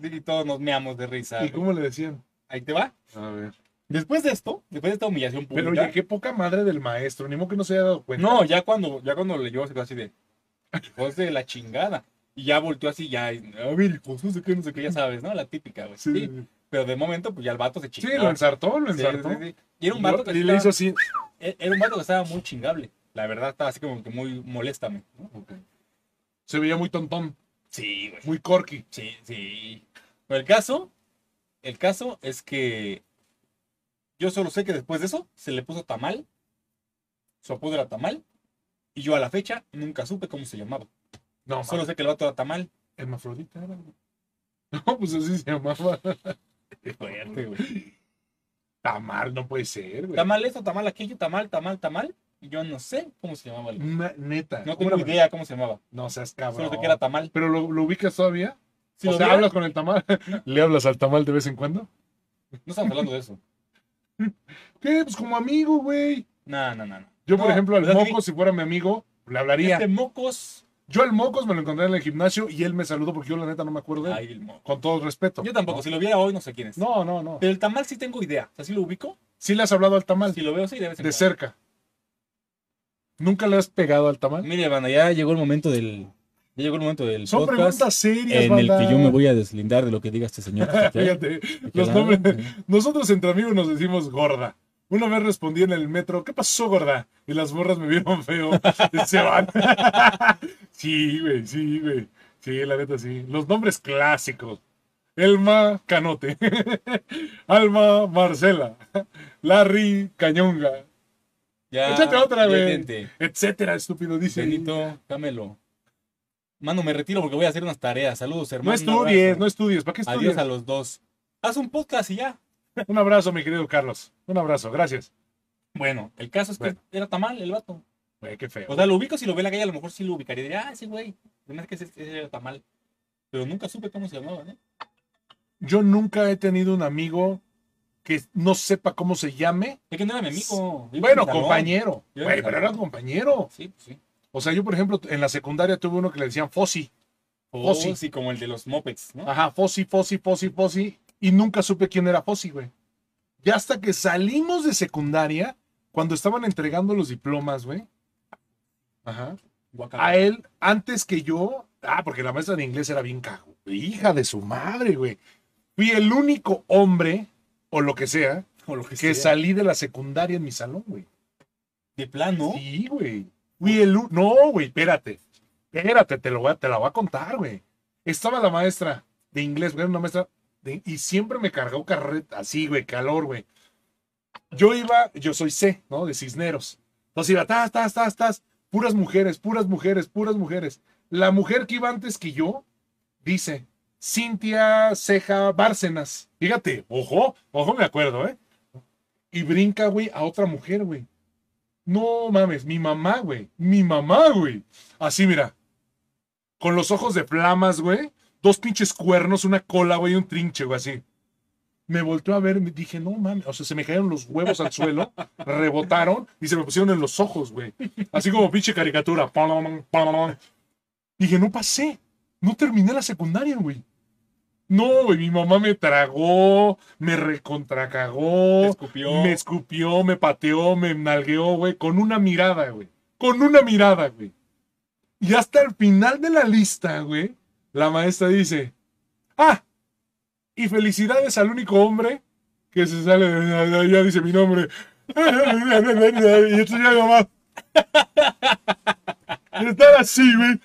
Speaker 2: Y todos nos meamos de risa.
Speaker 1: ¿Y
Speaker 2: güey.
Speaker 1: cómo le decían?
Speaker 2: Ahí te va.
Speaker 1: A ver.
Speaker 2: Después de esto, después de esta humillación
Speaker 1: Pero
Speaker 2: pública.
Speaker 1: oye, qué poca madre del maestro. Ni modo que no se haya dado cuenta.
Speaker 2: No, ya cuando, ya cuando leyó se quedó así de hijos de la chingada. Y ya volteó así, ya, y, a ver, hijos, no sé qué, no sé qué, ya sabes, ¿no? La típica, güey.
Speaker 1: Sí,
Speaker 2: Sí. Pero de momento, pues ya el vato se
Speaker 1: Sí,
Speaker 2: chingó.
Speaker 1: lo ensartó, lo
Speaker 2: Sí, sí,
Speaker 1: ensartó.
Speaker 2: sí. Y era un vato que
Speaker 1: Y le
Speaker 2: estaba-
Speaker 1: hizo así.
Speaker 2: e- era un vato que estaba muy chingable. La verdad, estaba así como que muy moléstame. ¿no?
Speaker 1: Se veía muy tontón,
Speaker 2: Sí, güey.
Speaker 1: muy corky.
Speaker 2: Sí, sí. Pero el caso, el caso es que yo solo sé que después de eso se le puso Tamal, su apodo era Tamal, y yo a la fecha nunca supe cómo se llamaba.
Speaker 1: No, solo
Speaker 2: Solo sé que el vato era Tamal.
Speaker 1: hermafrodita era. güey. No, pues así se llamaba.
Speaker 2: Fuerte, güey.
Speaker 1: Tamal, no puede ser, güey.
Speaker 2: Tamal esto, Tamal aquello, Tamal, Tamal, Tamal. y Yo no sé cómo se llamaba. el-
Speaker 1: Na- neta.
Speaker 2: No tengo
Speaker 1: júrame.
Speaker 2: idea cómo se llamaba.
Speaker 1: No seas
Speaker 2: Solo
Speaker 1: cabrón.
Speaker 2: sé que era Tamal.
Speaker 1: Pero lo, lo ubicas todavía.
Speaker 2: Si
Speaker 1: o
Speaker 2: lo
Speaker 1: sea,
Speaker 2: viera-
Speaker 1: hablas con el tamal. ¿Le hablas al tamal de vez en cuando?
Speaker 2: No estamos hablando de eso.
Speaker 1: ¿Qué? Pues como amigo, güey.
Speaker 2: No, no, no. no.
Speaker 1: Yo, por
Speaker 2: No,
Speaker 1: ejemplo, al
Speaker 2: o sea,
Speaker 1: moco, si fuera mi amigo, le hablaría.
Speaker 2: Este mocos.
Speaker 1: Yo al Mocos me lo encontré en el gimnasio y él me saludó porque yo la neta no me acuerdo de él.
Speaker 2: Ay, el moco.
Speaker 1: Con todo respeto.
Speaker 2: Yo tampoco. Si lo viera hoy, no sé quién es.
Speaker 1: No, no, no.
Speaker 2: Pero el Tamal sí tengo idea. O sea, sí lo ubico.
Speaker 1: Sí le has hablado al tamal,
Speaker 2: Si lo veo, sí, debe ser.
Speaker 1: de cerca. ¿Nunca le has pegado al tamal?
Speaker 2: Mire, banda, ya llegó el momento del. Ya llegó el momento del
Speaker 1: Son
Speaker 2: podcast
Speaker 1: preguntas serias,
Speaker 2: en
Speaker 1: banda.
Speaker 2: el que yo me voy a deslindar de lo que diga este señor. que está aquí.
Speaker 1: Fíjate,
Speaker 2: Y que
Speaker 1: los
Speaker 2: la-
Speaker 1: nombres. Nosotros entre amigos nos decimos gorda. Una vez respondí en el metro, ¿qué pasó, gorda? Y las morras me vieron feo. Se van. sí, güey, sí, güey. Sí, la neta, sí. Los nombres clásicos. Elma Canote. Alma Marcela. Larry Cañonga.
Speaker 2: Ya,
Speaker 1: Échate otra, güey.
Speaker 2: detente.
Speaker 1: Etcétera, estúpido, dice.
Speaker 2: Benito, dámelo. Mano, me retiro porque voy a hacer unas tareas. Saludos, hermano.
Speaker 1: No
Speaker 2: un
Speaker 1: estudies,
Speaker 2: abrazo.
Speaker 1: no estudies. ¿Para qué estudias?
Speaker 2: Adiós a los dos. Haz un podcast y ya.
Speaker 1: Un abrazo, mi querido Carlos. Un abrazo, gracias.
Speaker 2: Bueno, el caso es que
Speaker 1: Bueno.
Speaker 2: era tamal el vato.
Speaker 1: Güey, qué feo.
Speaker 2: O sea, lo ubico si lo ve en la calle, a lo mejor sí lo ubicaría. y Diría, ah, sí, güey. Además que ese, ese era tamal. Pero nunca supe cómo se llamaba, ¿eh? ¿no?
Speaker 1: Yo nunca he tenido un amigo que no sepa cómo se llame.
Speaker 2: Es que no era mi amigo. Iba
Speaker 1: Bueno,
Speaker 2: en mi salón.
Speaker 1: compañero.
Speaker 2: Yo en
Speaker 1: Güey,
Speaker 2: mi
Speaker 1: pero
Speaker 2: salón.
Speaker 1: era compañero.
Speaker 2: Sí, pues sí.
Speaker 1: O sea, yo, por ejemplo, en la secundaria tuve uno que le decían Fossi.
Speaker 2: O
Speaker 1: Oh, sí. Ah,
Speaker 2: sí, como el de los mopeds, ¿no?
Speaker 1: Ajá, Fossi, Fossi, Fossi, Fossi. Y nunca supe quién era Fossi, güey. Ya hasta que salimos de secundaria, cuando estaban entregando los diplomas, güey. Ajá.
Speaker 2: Guacala.
Speaker 1: a él antes que yo. Ah, porque la maestra de inglés era bien cago. Hija de su madre, güey. Fui el único hombre, o lo que sea,
Speaker 2: O lo que,
Speaker 1: que
Speaker 2: sea.
Speaker 1: salí de la secundaria en mi salón, güey.
Speaker 2: De plano.
Speaker 1: Sí, güey. Fui el u- No, güey, espérate. Espérate, te, lo voy a- te la voy a contar, güey. Estaba la maestra de inglés, güey, era una maestra. de- y siempre me cargó carreta, así, güey, calor, güey. Yo iba, yo soy C, ¿no? De Cisneros. Entonces iba, tas, tas, tas, tas. Puras mujeres, puras mujeres, puras mujeres. La mujer que iba antes que yo dice Cintia Ceja Bárcenas. Fíjate, ojo, ojo, me acuerdo, ¿eh? Y brinca, güey, a otra mujer, güey. No mames, mi mamá, güey. Mi mamá, güey. Así, mira. Con los ojos de flamas, güey. Dos pinches cuernos, una cola, güey, y un trinche, güey, así. Me volteó a ver, me dije, no mames. O sea, se me cayeron los huevos al suelo, rebotaron y se me pusieron en los ojos, güey. Así como pinche caricatura. Palom, palom. Dije, no pasé. No terminé la secundaria, güey. No, güey, mi mamá me tragó, me recontracagó.
Speaker 2: Te escupió.
Speaker 1: oh, Me escupió, me pateó, me nalgueó, güey, con una mirada, güey. Con una mirada, güey. Y hasta el final de la lista, güey, la maestra dice, ah, y felicidades al único hombre que se sale, de- ya dice mi nombre. Y esto ya nomás. Y Estar así, güey.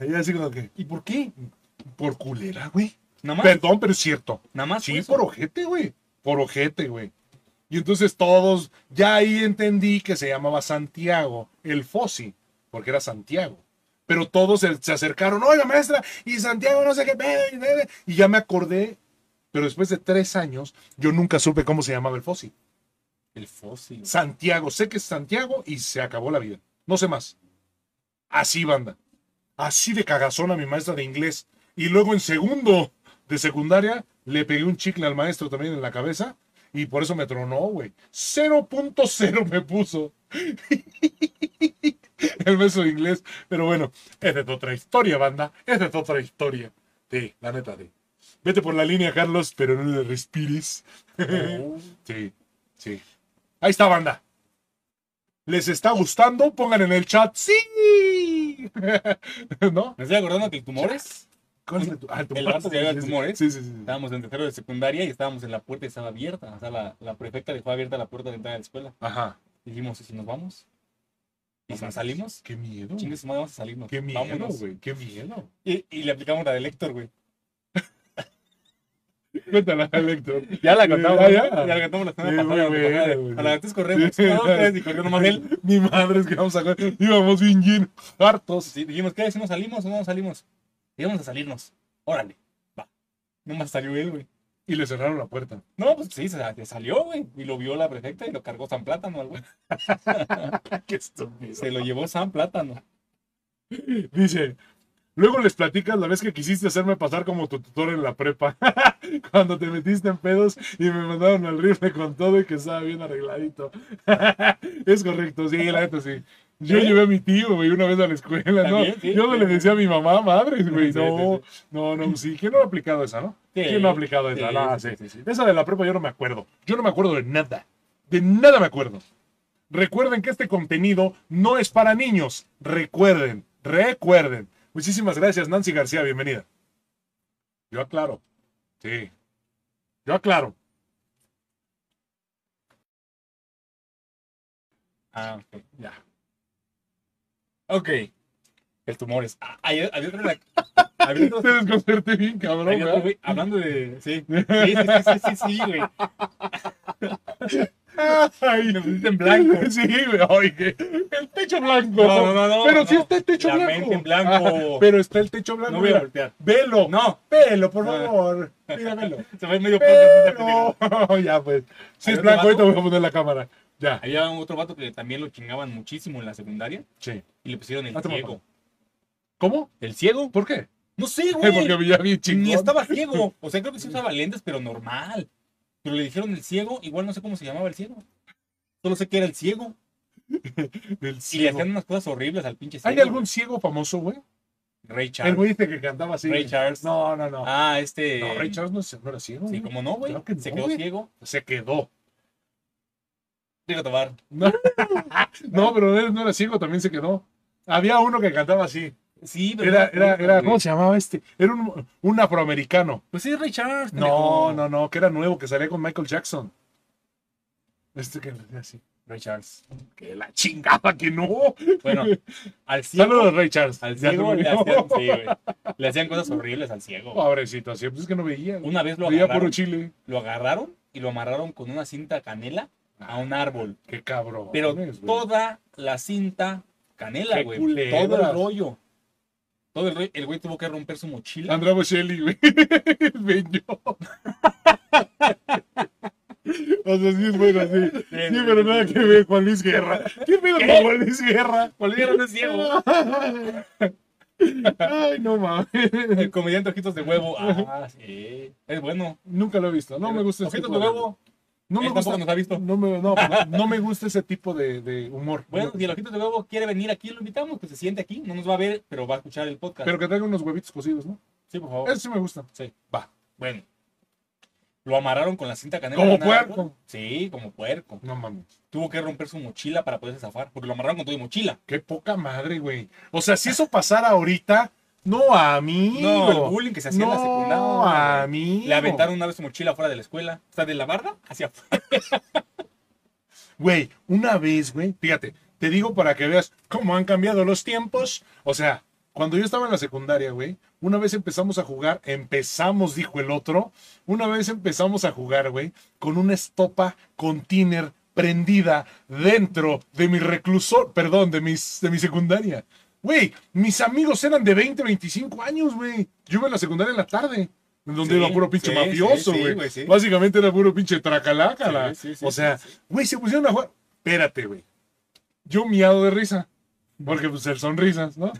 Speaker 1: Y así como que,
Speaker 2: ¿Y por qué?
Speaker 1: por culera, güey.
Speaker 2: Nada más.
Speaker 1: Perdón, pero es cierto.
Speaker 2: nada más.
Speaker 1: Sí,
Speaker 2: fue eso.
Speaker 1: por ojete, güey. Por ojete, güey. Y entonces todos, ya ahí entendí que se llamaba Santiago, el Fossi, porque era Santiago. Pero todos se, se acercaron, oiga maestra, y Santiago no sé qué, pedo, y de- de". y ya me acordé, pero después de tres años, yo nunca supe cómo se llamaba el Fossi.
Speaker 2: El fósil.
Speaker 1: Santiago, sé que es Santiago y se acabó la vida. No sé más. Así, banda. Así de cagazón a mi maestra de inglés. Y luego en segundo de secundaria le pegué un chicle al maestro también en la cabeza. Y por eso me tronó, güey. 0.0 me puso. El beso de inglés. Pero bueno, esa es otra historia, banda. Esa es otra historia. Sí, la neta, sí. Vete por la línea, Carlos, pero no le respires.
Speaker 2: Oh.
Speaker 1: Sí, sí. Ahí está, banda. ¿Les está gustando? Pongan en el chat. ¡Sí! ¿No?
Speaker 2: Me estoy acordando que el tumores.
Speaker 1: ¿Cuál es el tu- ah, el
Speaker 2: El
Speaker 1: tumor?
Speaker 2: vato que había tumor, ¿eh?
Speaker 1: Sí, sí, sí. sí.
Speaker 2: Estábamos en tercero de secundaria y estábamos en la puerta y estaba abierta. O sea, la, la prefecta dejó abierta la puerta de entrada de la escuela.
Speaker 1: Ajá.
Speaker 2: Dijimos, ¿y si nos vamos? ¿Y si
Speaker 1: No
Speaker 2: nos salimos?
Speaker 1: Qué miedo.
Speaker 2: Chingue su madre, vamos a salirnos.
Speaker 1: Qué miedo,
Speaker 2: Vámonos.
Speaker 1: güey. Qué miedo.
Speaker 2: Y, y le aplicamos la del Héctor, güey.
Speaker 1: Cuéntala, Héctor.
Speaker 2: Ya la
Speaker 1: contamos.
Speaker 2: contamos. Ya, la contamos la
Speaker 1: Sí,
Speaker 2: semana
Speaker 1: muy
Speaker 2: pasada.
Speaker 1: buena,
Speaker 2: güey.
Speaker 1: güey.
Speaker 2: A la vez corremos.
Speaker 1: Sí.
Speaker 2: No, otra vez, y corrió nomás él.
Speaker 1: Mi madre es que vamos a coger. Íbamos bien llenos, hartos.
Speaker 2: Sí, dijimos, ¿qué? ¿Si nos salimos o no nos salimos? Íbamos a salirnos. Órale, va. Nomás salió él, güey.
Speaker 1: Y le cerraron la puerta.
Speaker 2: No, pues sí, se, se salió, güey. Y lo vio la prefecta y lo cargó San Plátano, al güey.
Speaker 1: Qué estúpido.
Speaker 2: Se lo llevó San Plátano.
Speaker 1: Dice, luego les platicas la vez que quisiste hacerme pasar como tu tutor en la prepa, cuando te metiste en pedos y me mandaron al rifle con todo y que estaba bien arregladito. es correcto, sí, la neta sí. Yo
Speaker 2: ¿Eh?
Speaker 1: llevé a mi tío, güey, una vez a la escuela, ¿no?
Speaker 2: También, sí,
Speaker 1: Yo no
Speaker 2: sí,
Speaker 1: le
Speaker 2: sí.
Speaker 1: decía a mi mamá, madres, güey,
Speaker 2: Sí, sí,
Speaker 1: no, no, no, sí. ¿Quién no ha aplicado esa, no?
Speaker 2: Sí,
Speaker 1: ¿Quién no ha aplicado
Speaker 2: sí,
Speaker 1: esa? No,
Speaker 2: sí,
Speaker 1: sí.
Speaker 2: sí, sí.
Speaker 1: Esa de la prepa yo no me acuerdo. Yo no me acuerdo de nada. De nada me acuerdo. Recuerden que este contenido no es para niños. Recuerden, recuerden. Muchísimas gracias, Nancy García, bienvenida. Yo aclaro. Sí. Yo aclaro.
Speaker 2: Ah, ok, ya. Ok. El tumor es. Ah, hay, hay otro en la- había otro-
Speaker 1: Te desconcerté bien,
Speaker 2: hay
Speaker 1: cabrón.
Speaker 2: otro,
Speaker 1: ¿verdad?
Speaker 2: güey, hablando de. Sí. Sí, sí, sí, sí, sí, sí, güey.
Speaker 1: Ay,
Speaker 2: Me pusiste en blanco.
Speaker 1: Sí, güey. Ay, que- el techo blanco.
Speaker 2: No, no, no, no,
Speaker 1: Pero sí
Speaker 2: no.
Speaker 1: está el techo
Speaker 2: La
Speaker 1: blanco. Ah,
Speaker 2: mente en blanco.
Speaker 1: pero está el techo blanco.
Speaker 2: No Ah. voy a
Speaker 1: mira.
Speaker 2: voltear.
Speaker 1: Velo.
Speaker 2: No.
Speaker 1: Velo, por
Speaker 2: No.
Speaker 1: favor. Mira, velo.
Speaker 2: Se fue medio
Speaker 1: Pero... ya, pues. Si
Speaker 2: ¿Hay
Speaker 1: es
Speaker 2: otro
Speaker 1: blanco, ahorita
Speaker 2: vato?
Speaker 1: voy a poner la cámara. Ya.
Speaker 2: Había otro vato que también lo chingaban muchísimo en la secundaria
Speaker 1: Sí.
Speaker 2: y le pusieron el
Speaker 1: Ah, toma,
Speaker 2: ciego.
Speaker 1: toma. ¿Cómo?
Speaker 2: ¿El ciego?
Speaker 1: ¿Por qué?
Speaker 2: No sé, güey.
Speaker 1: Porque ya vi chingón.
Speaker 2: Ni estaba ciego. O sea, creo que sí usaba lentes, pero normal. Pero le dijeron el ciego, igual no sé cómo se llamaba el ciego. Solo sé que era el ciego.
Speaker 1: Del
Speaker 2: Y le
Speaker 1: ciego.
Speaker 2: hacían unas cosas horribles al pinche ciego.
Speaker 1: ¿Hay algún ciego famoso, güey?
Speaker 2: Ray
Speaker 1: El
Speaker 2: Charles.
Speaker 1: güey dice que cantaba así.
Speaker 2: Ray Charles.
Speaker 1: No, no, no.
Speaker 2: Ah, este.
Speaker 1: no, Ray Charles no, se- no era ciego.
Speaker 2: Sí,
Speaker 1: güey.
Speaker 2: cómo no, güey.
Speaker 1: Claro que
Speaker 2: se
Speaker 1: no,
Speaker 2: quedó
Speaker 1: güey.
Speaker 2: ciego.
Speaker 1: Se quedó.
Speaker 2: Digo, Tobar.
Speaker 1: No, no, pero él no era ciego, también se quedó. Había uno que cantaba así.
Speaker 2: Sí, pero.
Speaker 1: Era,
Speaker 2: no me
Speaker 1: era,
Speaker 2: acuerdo,
Speaker 1: era,
Speaker 2: güey.
Speaker 1: ¿cómo se llamaba este? Era un, un afroamericano.
Speaker 2: Pues sí, Ray Charles.
Speaker 1: No, no, no, que era nuevo, que salía con Michael Jackson. Este que era así.
Speaker 2: Ray Charles.
Speaker 1: Que la chingada que no.
Speaker 2: Bueno, al ciego.
Speaker 1: Saludos, Ray Charles.
Speaker 2: Al
Speaker 1: Ya se
Speaker 2: ciego le
Speaker 1: murió.
Speaker 2: hacían, sí, güey. Le hacían cosas horribles al ciego. güey.
Speaker 1: Pobrecito, así pues es que no veía.
Speaker 2: Una vez lo
Speaker 1: Veía puro
Speaker 2: agarraron,
Speaker 1: chile.
Speaker 2: lo agarraron y lo amarraron con una cinta canela a un árbol.
Speaker 1: Qué cabrón.
Speaker 2: Pero
Speaker 1: Ah, güey.
Speaker 2: toda la cinta canela,
Speaker 1: Qué
Speaker 2: güey.
Speaker 1: culebras.
Speaker 2: Todo el rollo. Todo el rollo. El güey tuvo que romper su mochila.
Speaker 1: Andrea Bocelli, güey. Beño. O sea, sí es bueno, sí. Sí, pero nada que ver, Juan Luis Guerra. ¿Qué pedo con Juan Luis Guerra?
Speaker 2: Por el no es ciego.
Speaker 1: Ay, no mames.
Speaker 2: El comediante Ojitos de Huevo. Ah, sí. Es bueno.
Speaker 1: Nunca lo he visto. No me gusta ese
Speaker 2: Ojitos
Speaker 1: tipo
Speaker 2: de
Speaker 1: de
Speaker 2: Huevo.
Speaker 1: No me
Speaker 2: Él tampoco
Speaker 1: gusta.
Speaker 2: nos ha visto.
Speaker 1: No me, no, no me gusta ese tipo de, de humor.
Speaker 2: Bueno, si el Ojitos de Huevo quiere venir aquí, lo invitamos. Que se siente aquí. No nos va a ver, pero va a escuchar el podcast.
Speaker 1: Pero que traiga unos huevitos cocidos, ¿no?
Speaker 2: sí, por favor.
Speaker 1: Eso sí me gusta.
Speaker 2: Sí.
Speaker 1: Va.
Speaker 2: Bueno. Lo amarraron con la cinta canela.
Speaker 1: Como
Speaker 2: a un árbol.
Speaker 1: puerco.
Speaker 2: Sí, como puerco.
Speaker 1: No mames.
Speaker 2: Tuvo que romper su mochila para poderse zafar. Porque lo amarraron con todo y mochila.
Speaker 1: Qué poca madre, güey. O sea, si eso pasara ahorita, no a mí.
Speaker 2: No, el bullying que se hacía en la
Speaker 1: No,
Speaker 2: secundaria.
Speaker 1: a mí.
Speaker 2: Le aventaron una vez su mochila fuera de la escuela. O sea, de la barda hacia afuera.
Speaker 1: Güey, una vez, güey, fíjate, te digo para que veas cómo han cambiado los tiempos. O sea, cuando yo estaba en la secundaria, güey, una vez empezamos a jugar, empezamos, dijo el otro, una vez empezamos a jugar, güey, con una estopa con tiner prendida dentro de mi reclusor, perdón, de, mis, de mi secundaria. Güey, mis amigos eran de 20, 25 años, güey. Yo iba a la secundaria en la tarde, en donde
Speaker 2: Sí,
Speaker 1: era puro pinche
Speaker 2: sí,
Speaker 1: mafioso,
Speaker 2: sí, sí,
Speaker 1: güey.
Speaker 2: güey, sí.
Speaker 1: Básicamente era puro pinche tracalaca.
Speaker 2: Sí, sí, sí,
Speaker 1: o sea,
Speaker 2: sí, sí.
Speaker 1: Güey, se pusieron a jugar. Espérate, güey. Yo miado de risa. Porque pues el sonrisas, ¿no?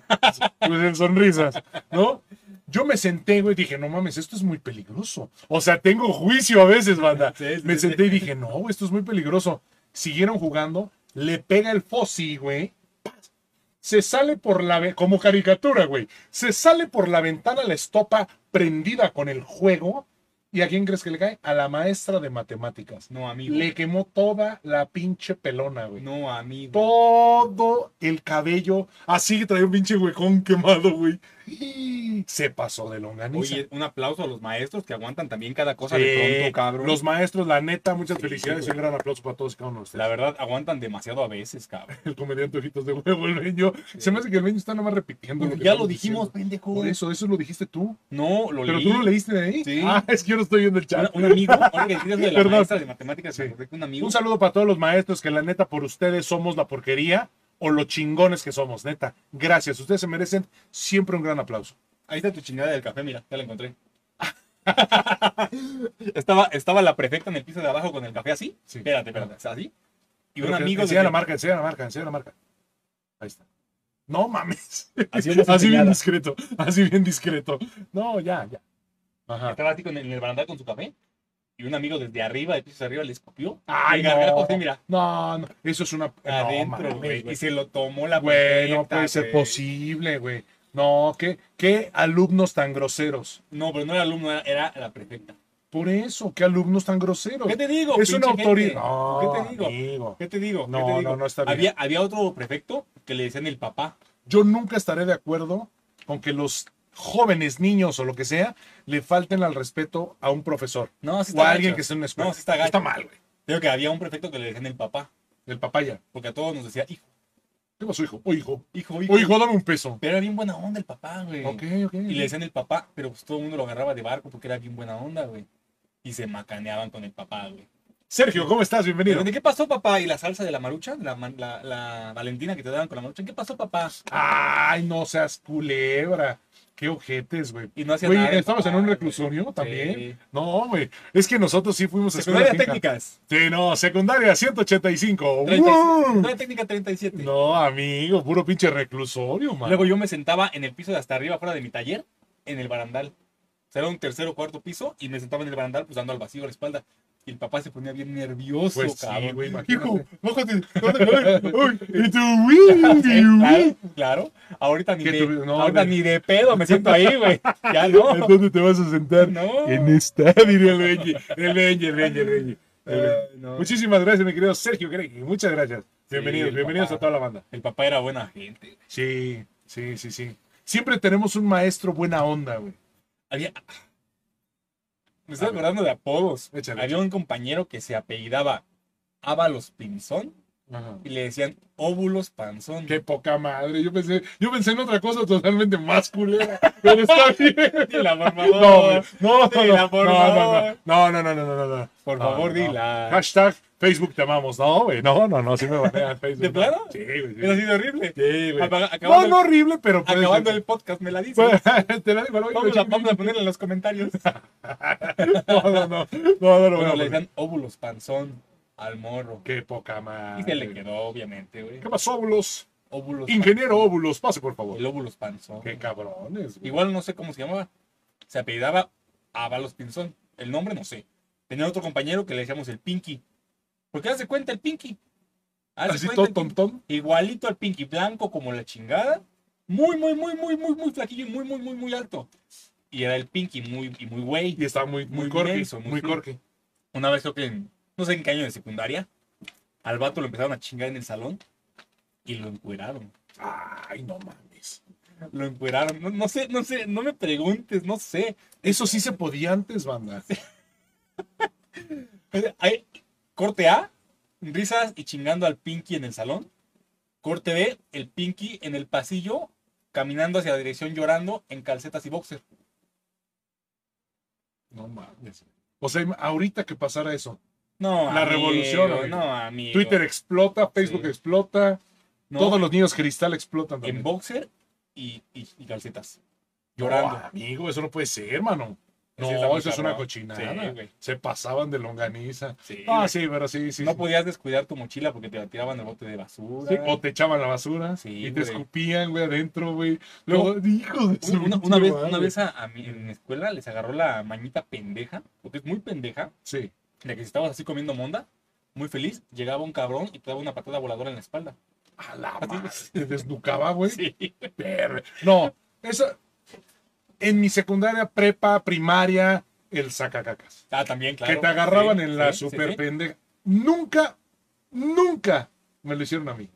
Speaker 1: Pues el sonrisas, ¿no? Yo me senté, güey, dije, no mames, esto es muy peligroso. O sea, tengo juicio a veces, banda.
Speaker 2: Sí, sí,
Speaker 1: Me
Speaker 2: sí.
Speaker 1: senté y dije, no, güey, esto es muy peligroso. Siguieron jugando, le pega el Fossi, güey. ¡Paz! Se sale por la, ve- como caricatura, güey. Se sale por la ventana la estopa prendida con el juego. ¿Y a quién crees que le cae? A la maestra de matemáticas.
Speaker 2: No, amigo.
Speaker 1: Le quemó toda la pinche pelona, güey
Speaker 2: No, amigo.
Speaker 1: todo el cabello, así que traía un pinche huecón quemado, güey. Y Se pasó de longaniza.
Speaker 2: Oye, un aplauso a los maestros que aguantan también cada cosa
Speaker 1: Sí,
Speaker 2: de pronto, cabrón.
Speaker 1: Los maestros, la neta, muchas
Speaker 2: Sí,
Speaker 1: felicidades y
Speaker 2: güey.
Speaker 1: un gran aplauso para todos y cada uno de ustedes.
Speaker 2: La verdad, aguantan demasiado a veces, cabrón.
Speaker 1: El comediante Ojitos de Huevo, el Beño.
Speaker 2: Sí.
Speaker 1: Se me hace que el Beño está nomás repitiendo. que
Speaker 2: ya lo
Speaker 1: estamos
Speaker 2: dijimos,
Speaker 1: diciendo.
Speaker 2: pendejo.
Speaker 1: Por eso, eso lo dijiste tú.
Speaker 2: No, lo
Speaker 1: Pero
Speaker 2: leí.
Speaker 1: tú lo leíste de ahí.
Speaker 2: Sí.
Speaker 1: Ah, es que yo no estoy viendo el
Speaker 2: Un,
Speaker 1: chat.
Speaker 2: un amigo, ahora que decías lo de la
Speaker 1: Perdón.
Speaker 2: maestra de matemáticas,
Speaker 1: Sí.
Speaker 2: me acordé que un amigo.
Speaker 1: Un saludo para todos los maestros que la neta por ustedes somos la porquería o los chingones que somos, neta. Gracias, ustedes se merecen siempre un gran aplauso.
Speaker 2: Ahí está tu chingada del café, mira, ya la encontré. estaba, estaba la prefecta en el piso de abajo con el café así.
Speaker 1: Sí.
Speaker 2: Espérate, espérate, o sea, así. Y un
Speaker 1: Pero que-
Speaker 2: amigo
Speaker 1: enseña
Speaker 2: desde-
Speaker 1: la marca, enseña la marca, enseña la marca. Ahí está. No mames.
Speaker 2: haciendo su
Speaker 1: Así bien
Speaker 2: señal.
Speaker 1: discreto, así bien discreto. No, ya, ya. Ajá.
Speaker 2: Estaba así con el- en el barandal con su café. Y un amigo desde arriba, del piso de arriba, le escupió.
Speaker 1: Ay,
Speaker 2: el gargajo
Speaker 1: no.
Speaker 2: así, mira.
Speaker 1: No, no, eso es una.
Speaker 2: adentro,
Speaker 1: no,
Speaker 2: güey.
Speaker 1: mames,
Speaker 2: y se lo tomó la
Speaker 1: Güey, no
Speaker 2: prefecta,
Speaker 1: puede ser
Speaker 2: güey.
Speaker 1: pues, posible, güey. No, ¿qué, qué alumnos tan groseros.
Speaker 2: No, pero no era alumno, era, era la prefecta.
Speaker 1: Por eso, qué alumnos tan groseros.
Speaker 2: ¿Qué te digo?
Speaker 1: es una
Speaker 2: pinche
Speaker 1: autoridad.
Speaker 2: gente?
Speaker 1: No,
Speaker 2: ¿Qué te digo?
Speaker 1: amigo.
Speaker 2: ¿Qué te digo? ¿Qué
Speaker 1: No,
Speaker 2: te digo?
Speaker 1: no, no está bien.
Speaker 2: Había, había otro prefecto que le decían el papá.
Speaker 1: Yo nunca estaré de acuerdo con que los jóvenes, niños o lo que sea, le falten al respeto a un profesor.
Speaker 2: No, sí
Speaker 1: o
Speaker 2: está
Speaker 1: a alguien
Speaker 2: gacho.
Speaker 1: que esté en una escuela.
Speaker 2: No, sí está gacho.
Speaker 1: mal, güey.
Speaker 2: Digo que había un prefecto que le decían el papá.
Speaker 1: El papaya.
Speaker 2: Porque a todos nos decía, hijo,
Speaker 1: ¿Qué pasó, hijo? O hijo.
Speaker 2: hijo, hijo.
Speaker 1: O hijo, dame un peso.
Speaker 2: Pero era bien buena onda el papá, güey.
Speaker 1: Ok, ok.
Speaker 2: Y le decían el papá, pero pues todo el mundo lo agarraba de barco porque era bien buena onda, güey. Y se macaneaban con el papá, güey.
Speaker 1: Sergio, ¿cómo estás? Bienvenido.
Speaker 2: Pero, ¿De qué pasó, papá? ¿Y la salsa de la marucha? La, man- la, la valentina que te daban con la marucha. ¿Qué pasó, papá?
Speaker 1: Ay, no seas culebra. Qué ojetes, güey.
Speaker 2: Y no hacía
Speaker 1: Güey,
Speaker 2: nada. el
Speaker 1: estabas en
Speaker 2: papá,
Speaker 1: un
Speaker 2: güey.
Speaker 1: reclusorio también.
Speaker 2: Sí.
Speaker 1: No, güey. Es que nosotros sí fuimos a escuela
Speaker 2: Secundaria
Speaker 1: finca.
Speaker 2: técnicas.
Speaker 1: Sí, no, secundaria 185.
Speaker 2: 37.
Speaker 1: ¡Wow!
Speaker 2: Secundaria técnica 37.
Speaker 1: No, amigo, puro pinche reclusorio, man.
Speaker 2: Luego yo me sentaba en el piso de hasta arriba, fuera de mi taller, en el barandal. O sea, era un tercero o cuarto piso y me sentaba en el barandal, pues dando al vacío a la espalda. Y el papá se ponía bien nervioso,
Speaker 1: Pues sí,
Speaker 2: cabrón.
Speaker 1: güey, imagínate.
Speaker 2: Hijo, bájate.
Speaker 1: Uy, y tú, uy,
Speaker 2: Sí,
Speaker 1: y uy.
Speaker 2: claro, claro. ahorita ni
Speaker 1: Que
Speaker 2: de,
Speaker 1: tuvi- no,
Speaker 2: ahorita
Speaker 1: güey.
Speaker 2: ni de pedo me siento ahí, güey. Ya no.
Speaker 1: ¿Dónde te vas a sentar?
Speaker 2: No.
Speaker 1: En esta, diría el Benji. El Benji, el Benji, el Benji. El Benji.
Speaker 2: Eh, no.
Speaker 1: Muchísimas gracias, mi querido Sergio Greg. Muchas gracias. Bienvenidos,
Speaker 2: el
Speaker 1: bienvenidos
Speaker 2: papá.
Speaker 1: a toda la banda.
Speaker 2: El papá era buena gente.
Speaker 1: Sí, sí, sí, sí. Siempre tenemos un maestro buena onda, güey.
Speaker 2: Había. ah, Me estoy
Speaker 1: A ver.
Speaker 2: acordando de apodos.
Speaker 1: Échale,
Speaker 2: Había un compañero que se apellidaba Ábalos Pinzón y le decían Óvulos Panzón.
Speaker 1: Qué poca madre. Yo pensé, yo pensé en otra cosa totalmente más culera. Pero está bien.
Speaker 2: Dila, por
Speaker 1: No,
Speaker 2: favor.
Speaker 1: güey. no, no,
Speaker 2: Dila,
Speaker 1: no,
Speaker 2: por
Speaker 1: no,
Speaker 2: favor.
Speaker 1: no, no, no, no, no, no, no.
Speaker 2: Por
Speaker 1: No,
Speaker 2: favor,
Speaker 1: no.
Speaker 2: dila.
Speaker 1: Hashtag Facebook te amamos. No, güey. No, no, no. Sí me banean Facebook.
Speaker 2: ¿De plano?
Speaker 1: Sí, güey. sí.
Speaker 2: Eso ha sido horrible.
Speaker 1: Sí, güey.
Speaker 2: Apaga-
Speaker 1: No,
Speaker 2: acabando
Speaker 1: no horrible, pero
Speaker 2: el,
Speaker 1: puede
Speaker 2: acabando
Speaker 1: ser.
Speaker 2: el podcast, me la dices.
Speaker 1: Pues, te la digo, lo
Speaker 2: vamos,
Speaker 1: digo,
Speaker 2: a, vamos a ponerla en los comentarios.
Speaker 1: No, no, no. No, no, no.
Speaker 2: Bueno,
Speaker 1: no, no.
Speaker 2: le decían Óvulos Panzón al morro.
Speaker 1: Qué poca
Speaker 2: Y se le
Speaker 1: madre.
Speaker 2: quedó, obviamente, güey.
Speaker 1: ¿Qué pasó, óvulos?
Speaker 2: Óvulos
Speaker 1: Ingeniero óvulos, pase por
Speaker 2: Panzón.
Speaker 1: favor.
Speaker 2: El Óvulos Panzón.
Speaker 1: Qué cabrones. güey.
Speaker 2: Igual no sé cómo se llamaba. Se apellidaba Ábalos Pinzón. El nombre no sé. Tenía otro compañero que le decíamos el Pinky. Porque hace cuenta el Pinky. Haz de
Speaker 1: Así
Speaker 2: cuenta
Speaker 1: todo
Speaker 2: el Pinky.
Speaker 1: tontón.
Speaker 2: igualito al Pinky Blanco como la chingada. Muy, muy, muy, muy, muy, muy flaquillo y muy, muy, muy, muy alto. Y era el Pinky muy, y muy güey.
Speaker 1: Y estaba muy, muy,
Speaker 2: Muy
Speaker 1: corque.
Speaker 2: menso, muy
Speaker 1: muy
Speaker 2: fino.
Speaker 1: corque.
Speaker 2: Una vez creo que, en- no sé en qué año de secundaria, al vato lo empezaron a chingar en el salón y lo encueraron.
Speaker 1: Ay, no mames.
Speaker 2: Lo encueraron. No, no sé, no sé, no me preguntes, no sé.
Speaker 1: Eso sí se podía antes, banda.
Speaker 2: Hay- corte A, risas y chingando al Pinky en el salón. Corte B, el Pinky en el pasillo, caminando hacia la dirección llorando en calcetas y boxer.
Speaker 1: No mames. O sea, ahorita que pasara eso.
Speaker 2: No,
Speaker 1: La revolución, amigo.
Speaker 2: No, amigo.
Speaker 1: Twitter explota, Facebook
Speaker 2: Sí.
Speaker 1: explota,
Speaker 2: No,
Speaker 1: todos los niños cristal explotan
Speaker 2: en
Speaker 1: también.
Speaker 2: boxer y, y, y calcetas.
Speaker 1: No,
Speaker 2: Llorando.
Speaker 1: amigo, eso no puede ser, hermano. No,
Speaker 2: Sí, está muy
Speaker 1: eso es una
Speaker 2: cabrón.
Speaker 1: cochinada.
Speaker 2: Sí, güey.
Speaker 1: se pasaban de longaniza.
Speaker 2: Sí,
Speaker 1: Ah,
Speaker 2: güey.
Speaker 1: sí, pero sí, sí.
Speaker 2: no
Speaker 1: sí.
Speaker 2: podías descuidar tu mochila porque te la tiraban el bote de basura.
Speaker 1: Sí, o te echaban la basura
Speaker 2: Sí,
Speaker 1: y te
Speaker 2: güey.
Speaker 1: escupían, güey, adentro, güey. Luego, hijo de su
Speaker 2: Una, una vez,
Speaker 1: madre.
Speaker 2: una vez a, a mí, en mi escuela les agarró la mañita pendeja, porque es muy pendeja,
Speaker 1: Sí.
Speaker 2: de que si estabas así comiendo monda, muy feliz, llegaba un cabrón y te daba una patada voladora en la espalda.
Speaker 1: A la madre. Te desnucaba, güey.
Speaker 2: Sí.
Speaker 1: Perre. No, eso. En mi secundaria, prepa, primaria, el sacacacas.
Speaker 2: Ah, también, claro.
Speaker 1: que te agarraban
Speaker 2: Sí,
Speaker 1: en la
Speaker 2: sí, sí,
Speaker 1: super
Speaker 2: sí.
Speaker 1: pendeja. Nunca, nunca me lo hicieron a mí.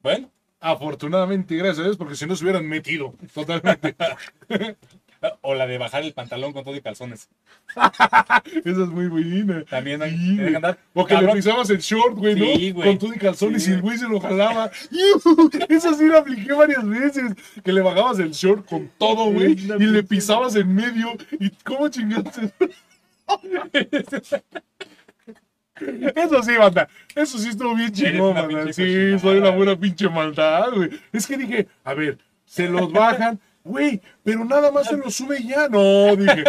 Speaker 2: Bueno,
Speaker 1: Afortunadamente, y gracias a Dios, porque si no se hubieran metido totalmente.
Speaker 2: o la de bajar el pantalón con todo y calzones.
Speaker 1: Esa es muy buena.
Speaker 2: También hay
Speaker 1: Sí,
Speaker 2: te
Speaker 1: güey.
Speaker 2: dejan dar-
Speaker 1: O que le
Speaker 2: cabrón,
Speaker 1: pisabas el short, güey, ¿no?
Speaker 2: Sí, güey.
Speaker 1: Con todo y calzones
Speaker 2: Sí.
Speaker 1: y el güey se lo jalaba. Eso sí lo apliqué varias veces. Que le bajabas el short con todo, güey.
Speaker 2: Sí, la
Speaker 1: Y le pisabas en medio. ¿Y cómo chingaste? Eso sí, banda. Eso sí estuvo bien
Speaker 2: Eres
Speaker 1: chingón,
Speaker 2: una
Speaker 1: banda.
Speaker 2: pinche
Speaker 1: Sí,
Speaker 2: cochinada, eh.
Speaker 1: soy una
Speaker 2: güey.
Speaker 1: buena pinche maldad, güey. Es que dije, a ver, se los bajan, güey, pero nada más se los sube y ya. No, dije,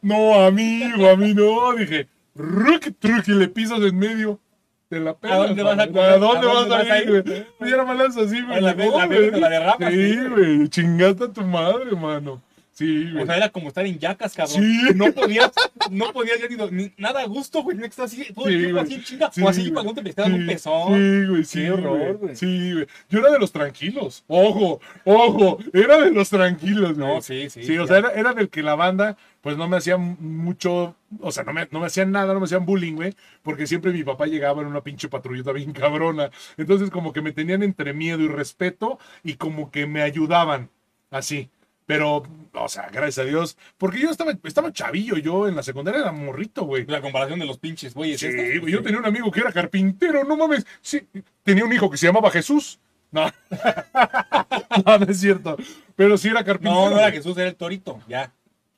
Speaker 1: no, amigo, a mí no. Dije, ruc, truc, y le pisas en medio. Te la pelas,
Speaker 2: dónde vas a
Speaker 1: güey.
Speaker 2: comer?
Speaker 1: ¿A dónde vas a ir,
Speaker 2: ir?
Speaker 1: güey? Y ahora me lanzas así, güey.
Speaker 2: la
Speaker 1: No,
Speaker 2: ve- la
Speaker 1: güey.
Speaker 2: ve- te la derramas,
Speaker 1: Sí,
Speaker 2: sí, güey.
Speaker 1: güey, chingaste a tu madre, mano. Sí,
Speaker 2: O
Speaker 1: güey.
Speaker 2: sea, era como estar en yacas, cabrón.
Speaker 1: Sí.
Speaker 2: No podías, no podías ya ni, do- ni- nada a gusto, güey. No estás así, todo el
Speaker 1: Sí,
Speaker 2: tiempo
Speaker 1: güey.
Speaker 2: así en chinga.
Speaker 1: Sí,
Speaker 2: o así
Speaker 1: güey.
Speaker 2: cuando te pescaban un
Speaker 1: Sí,
Speaker 2: pezón.
Speaker 1: Sí, güey, sí.
Speaker 2: Qué horror, güey.
Speaker 1: Sí, güey. Yo era de los tranquilos. Ojo, ojo. Era de los tranquilos, güey.
Speaker 2: No, sí, sí.
Speaker 1: Sí, o sea, era, era del que la banda, pues no me hacía m- mucho, o sea, no me, no me hacían nada, no me hacían bullying, güey, porque siempre mi papá llegaba en una pinche patrullita bien cabrona. Entonces, como que me tenían entre miedo y respeto y como que me ayudaban, así. Pero, o sea, gracias a Dios, porque yo estaba, estaba chavillo, yo en la secundaria era morrito, güey.
Speaker 2: La comparación de los pinches, güey.
Speaker 1: Sí, güey, yo tenía un amigo que era carpintero, no mames. Sí, tenía un hijo que se llamaba Jesús. No, no, no es cierto. Pero sí era carpintero.
Speaker 2: No, no
Speaker 1: güey.
Speaker 2: era Jesús, era el torito, ya.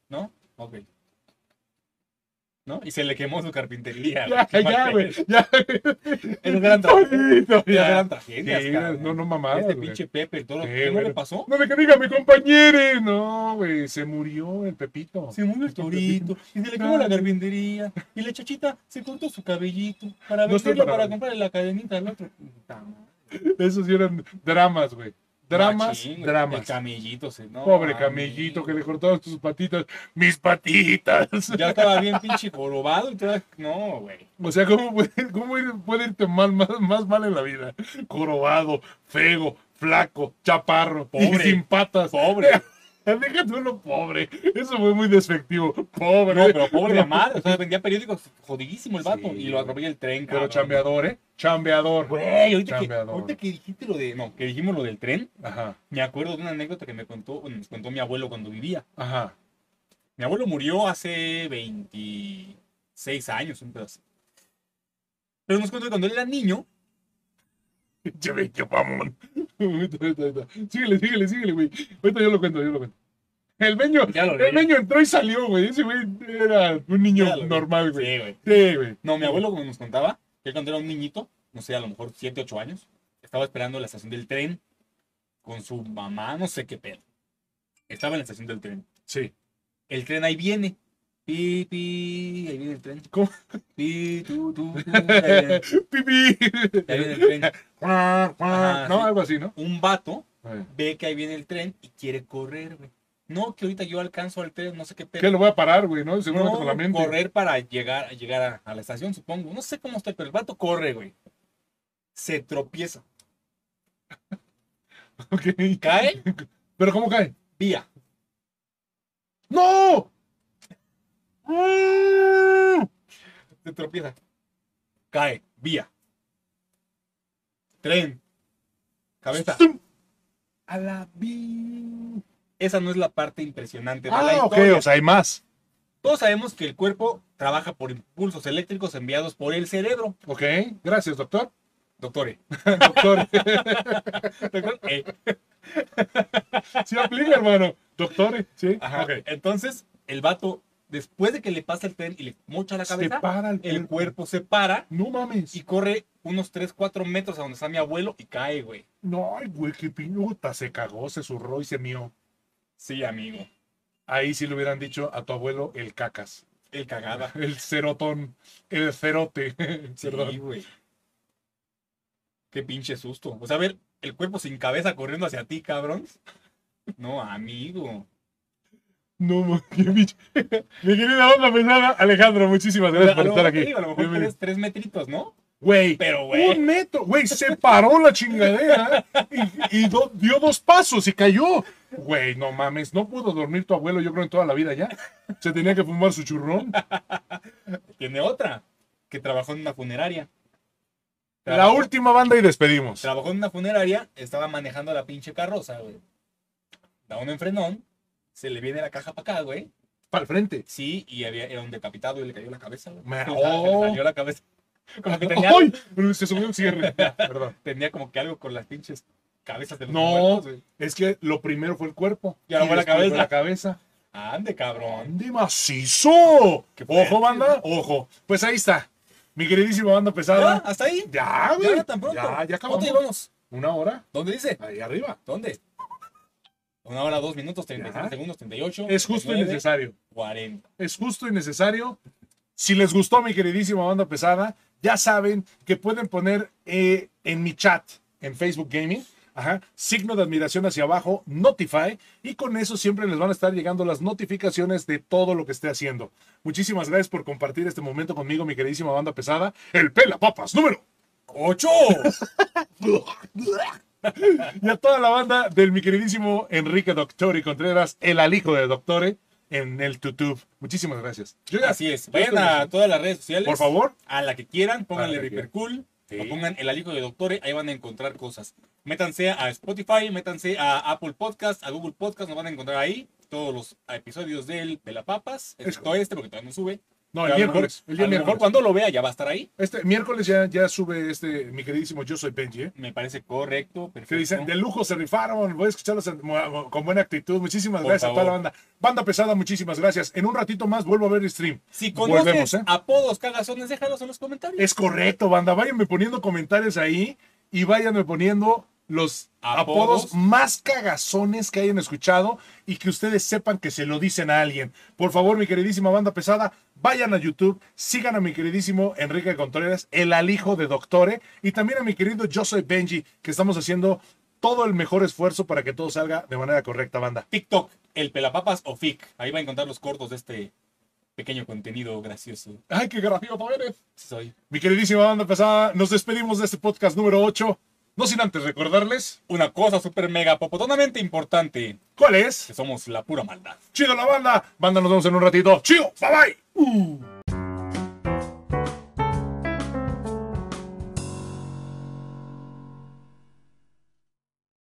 Speaker 2: ¿No? Ok. ¿No? Y se le quemó su carpintería.
Speaker 1: Ya,
Speaker 2: Qué
Speaker 1: ya,
Speaker 2: mal
Speaker 1: güey.
Speaker 2: pedo.
Speaker 1: Ya,
Speaker 2: Esas eran tragedias.
Speaker 1: Torito,
Speaker 2: Esas
Speaker 1: ya.
Speaker 2: eran
Speaker 1: Sí,
Speaker 2: tragedias, cabrón.
Speaker 1: no, no mamadas,
Speaker 2: Este
Speaker 1: güey.
Speaker 2: pinche Pepe, todo lo
Speaker 1: Sí,
Speaker 2: que no
Speaker 1: bueno.
Speaker 2: le pasó.
Speaker 1: No me que diga mi compañero. No, güey, se murió el Pepito.
Speaker 2: Se murió el torito, y se le quemó la carpintería, y la chachita se cortó su cabellito para
Speaker 1: No estoy
Speaker 2: venderlo,
Speaker 1: para
Speaker 2: para
Speaker 1: ver.
Speaker 2: comprarle la cadenita al otro.
Speaker 1: Esos sí eran dramas, güey. Dramas,
Speaker 2: Machín, güey. El
Speaker 1: dramas.
Speaker 2: camellito se. No,
Speaker 1: Pobre
Speaker 2: mami.
Speaker 1: camellito que le cortaron sus patitas. ¡Mis patitas!
Speaker 2: Ya estaba bien pinche jorobado y todo. No, güey.
Speaker 1: O sea, ¿cómo puede, cómo ir- puede irte mal, más, más mal en la vida? Corobado, feo, flaco, chaparro, y
Speaker 2: Pobre.
Speaker 1: sin patas.
Speaker 2: Pobre.
Speaker 1: Déjate uno pobre. Eso fue muy despectivo. Pobre.
Speaker 2: No, pero pobre de madre. O sea, vendía periódicos jodidísimo el vato.
Speaker 1: Sí,
Speaker 2: y lo atropella el tren,
Speaker 1: Pero
Speaker 2: cabrón.
Speaker 1: chambeador, ¿eh? Chambeador.
Speaker 2: Güey, ahorita que,
Speaker 1: Chambeador.
Speaker 2: ahorita que dijiste lo de. No, que dijimos lo del tren,
Speaker 1: Ajá,
Speaker 2: me acuerdo de una anécdota que me contó, bueno, nos contó mi abuelo cuando vivía.
Speaker 1: ajá.
Speaker 2: Mi abuelo murió hace 26 años, un pedazo. Pero nos contó que cuando él era niño,
Speaker 1: Ya ve, qué mamón. Ahorita, ahorita, ahorita. síguele, síguele, síguele, güey. Ahorita yo lo cuento, yo lo cuento. El meño,
Speaker 2: Ya lo
Speaker 1: el
Speaker 2: leí.
Speaker 1: meño entró y salió, güey. Ese güey era un niño
Speaker 2: Ya lo leí.
Speaker 1: normal, güey.
Speaker 2: Sí, güey.
Speaker 1: Sí, güey.
Speaker 2: No, mi abuelo como nos contaba, que él cuando era un niñito, no sé, a lo mejor 7, 8 años, estaba esperando la estación del tren con su mamá, no sé qué pedo. Estaba en la estación del tren.
Speaker 1: Sí.
Speaker 2: El tren ahí viene. Pi, pi, ahí viene el tren.
Speaker 1: ¿Cómo?
Speaker 2: Pi, tu, tu, tu, ahí viene,
Speaker 1: Pipí.
Speaker 2: ahí viene el tren.
Speaker 1: Cuac, cuac.
Speaker 2: Ajá,
Speaker 1: no,
Speaker 2: sí.
Speaker 1: algo así, ¿no?
Speaker 2: Un vato ve que ahí viene el tren y quiere correr, güey. No, que ahorita yo alcanzo al tren, no sé qué
Speaker 1: ¿Qué
Speaker 2: pedo.
Speaker 1: lo voy a parar, güey? ¿No? Seguramente
Speaker 2: No,
Speaker 1: con la mente.
Speaker 2: correr para llegar, llegar a, a la estación, supongo. No sé cómo está, pero el vato corre, güey. Se tropieza.
Speaker 1: Ok.
Speaker 2: Cae,
Speaker 1: ¿Pero cómo cae?
Speaker 2: vía.
Speaker 1: ¡No! ¡No!
Speaker 2: Se tropieza. Cae, vía. Tren. Cabeza.
Speaker 1: ¡Zum!
Speaker 2: A la vi. Esa no es la parte impresionante de la
Speaker 1: Ah, ok,
Speaker 2: historia.
Speaker 1: o sea, hay más.
Speaker 2: Todos sabemos que el cuerpo trabaja por impulsos eléctricos enviados por el cerebro.
Speaker 1: Ok, gracias, doctor.
Speaker 2: Doctores.
Speaker 1: Doctor,
Speaker 2: Doctor, eh,
Speaker 1: sí aplica, hermano. Doctor, sí.
Speaker 2: Ajá.
Speaker 1: Ok.
Speaker 2: Entonces, el vato, después de que le pasa el tren y le mocha la
Speaker 1: Se
Speaker 2: cabeza,
Speaker 1: para el,
Speaker 2: el cuerpo se para
Speaker 1: No mames.
Speaker 2: y corre unos 3, 4 metros a donde está mi abuelo y cae, güey.
Speaker 1: No, ay, güey, qué piñuta. Se cagó, se zurró y se mió.
Speaker 2: Sí, amigo.
Speaker 1: ahí sí le hubieran dicho a tu abuelo el cacas,
Speaker 2: El cagada.
Speaker 1: el cerotón, el cerote.
Speaker 2: Sí,
Speaker 1: Perdón.
Speaker 2: güey. Qué pinche susto. O sea, ver el cuerpo sin cabeza corriendo hacia ti, cabrón. No, amigo.
Speaker 1: No, ma- qué bicho. Mi querida onda pesada, Alejandro, muchísimas gracias por
Speaker 2: A lo
Speaker 1: estar
Speaker 2: mejor te
Speaker 1: aquí.
Speaker 2: digo, a lo mejor
Speaker 1: Bienvenido.
Speaker 2: tienes tres metritos, ¿no?
Speaker 1: Güey,
Speaker 2: Pero, güey.
Speaker 1: un metro, güey, se paró la chingadera y, y do- dio dos pasos y cayó. Güey, no mames, no pudo dormir tu abuelo, yo creo, en toda la vida ya. Se tenía que fumar su churrón.
Speaker 2: Tiene otra. Que trabajó en una funeraria.
Speaker 1: La
Speaker 2: Trabajó-
Speaker 1: última banda y despedimos.
Speaker 2: Trabajó en una funeraria, estaba manejando la pinche carroza, güey. Da un enfrenón, se le viene la caja para acá, güey.
Speaker 1: Para el frente.
Speaker 2: Sí, y había, era un decapitado y le cayó la cabeza, güey.
Speaker 1: Me-
Speaker 2: O sea, se le
Speaker 1: ¡Oh!
Speaker 2: salió la cabeza. Como que tenía,
Speaker 1: ¡Ay! Se subió un cierre. Ya, Perdón.
Speaker 2: tenía como que algo con las pinches cabezas de los
Speaker 1: No.
Speaker 2: muertos, güey.
Speaker 1: Es que lo primero fue el cuerpo.
Speaker 2: Y ahora fue la
Speaker 1: después
Speaker 2: cabeza.
Speaker 1: La cabeza.
Speaker 2: Ande, cabrón.
Speaker 1: ¡Ande macizo!
Speaker 2: Qué fuerte.
Speaker 1: Ojo, banda, ojo. Pues ahí está. Mi queridísima banda
Speaker 2: ¿Ya?
Speaker 1: pesada.
Speaker 2: ¿Hasta ahí?
Speaker 1: Ya, güey.
Speaker 2: ¿Ya tan pronto?
Speaker 1: Ya, ya
Speaker 2: ¿Cuánto
Speaker 1: acabamos.
Speaker 2: llevamos?
Speaker 1: Una hora.
Speaker 2: ¿Dónde dice?
Speaker 1: Ahí arriba.
Speaker 2: ¿Dónde? Una hora, dos minutos, 37
Speaker 1: Ya.
Speaker 2: segundos, 38.
Speaker 1: Es justo y
Speaker 2: 39,
Speaker 1: necesario.
Speaker 2: 40.
Speaker 1: Es justo y necesario. Si les gustó mi queridísima banda pesada, ya saben que pueden poner eh, en mi chat en Facebook Gaming. ajá, signo de admiración hacia abajo, Notify, y con eso siempre les van a estar llegando las notificaciones de todo lo que esté haciendo. Muchísimas gracias por compartir este momento conmigo, mi queridísima banda pesada. El Pela Papas, número
Speaker 2: ¡Ocho!
Speaker 1: Y a toda la banda del mi queridísimo Enrique Doctori Contreras, el alijo de Doctore, en el YouTube. Muchísimas gracias. Yo ya-
Speaker 2: Así es.
Speaker 1: yo
Speaker 2: Vayan
Speaker 1: estoy
Speaker 2: a
Speaker 1: listo.
Speaker 2: todas las redes sociales.
Speaker 1: Por favor.
Speaker 2: a la que quieran, pónganle
Speaker 1: Para la que
Speaker 2: Ripercool,
Speaker 1: Sí.
Speaker 2: o pongan el alijo de doctores, ahí van a encontrar cosas. Métanse a Spotify, métanse a Apple Podcast, a Google Podcast, nos van a encontrar ahí todos los episodios del de la papas, excepto este porque todavía no sube.
Speaker 1: No, el
Speaker 2: Pero a lo
Speaker 1: miércoles. El
Speaker 2: mejor- a
Speaker 1: día
Speaker 2: lo mejor
Speaker 1: miércoles.
Speaker 2: cuando lo vea ya va a estar ahí.
Speaker 1: Este miércoles ya, ya sube este mi queridísimo Yo Soy Benji, ¿eh?
Speaker 2: Me parece correcto,
Speaker 1: Que dicen, de
Speaker 2: perfecto.
Speaker 1: lujo se rifaron, voy a escucharlos en- mu- con buena actitud. Muchísimas
Speaker 2: Por
Speaker 1: gracias a toda la
Speaker 2: favor.
Speaker 1: banda. Banda pesada, muchísimas gracias. En un ratito más vuelvo a ver el stream.
Speaker 2: Si conoces
Speaker 1: Volvemos, ¿eh?
Speaker 2: apodos cagazones, déjalos en los comentarios.
Speaker 1: Es correcto, banda. Váyanme poniendo comentarios ahí y váyanme poniendo los apodos,
Speaker 2: Apodos.
Speaker 1: más cagazones que hayan escuchado y que ustedes sepan que se lo dicen a alguien. Por favor, mi queridísima banda pesada, vayan a YouTube, sigan a mi queridísimo Enrique Contreras, el alijo de Doctore, y también a mi querido Yo Soy Benji, que estamos haciendo todo el mejor esfuerzo para que todo salga de manera correcta, banda.
Speaker 2: TikTok, el pelapapas o fic, ahí va a encontrar los cortos de este pequeño contenido gracioso.
Speaker 1: ¡Ay, qué gracioso eres!
Speaker 2: Soy
Speaker 1: Mi queridísima banda pesada, nos despedimos de este podcast número 8. No sin antes recordarles,
Speaker 2: una cosa super mega popotonamente importante.
Speaker 1: ¿cuál es?
Speaker 2: que somos la pura maldad.
Speaker 1: Chido la banda. Banda, nos vemos en un ratito. Chido. Bye bye.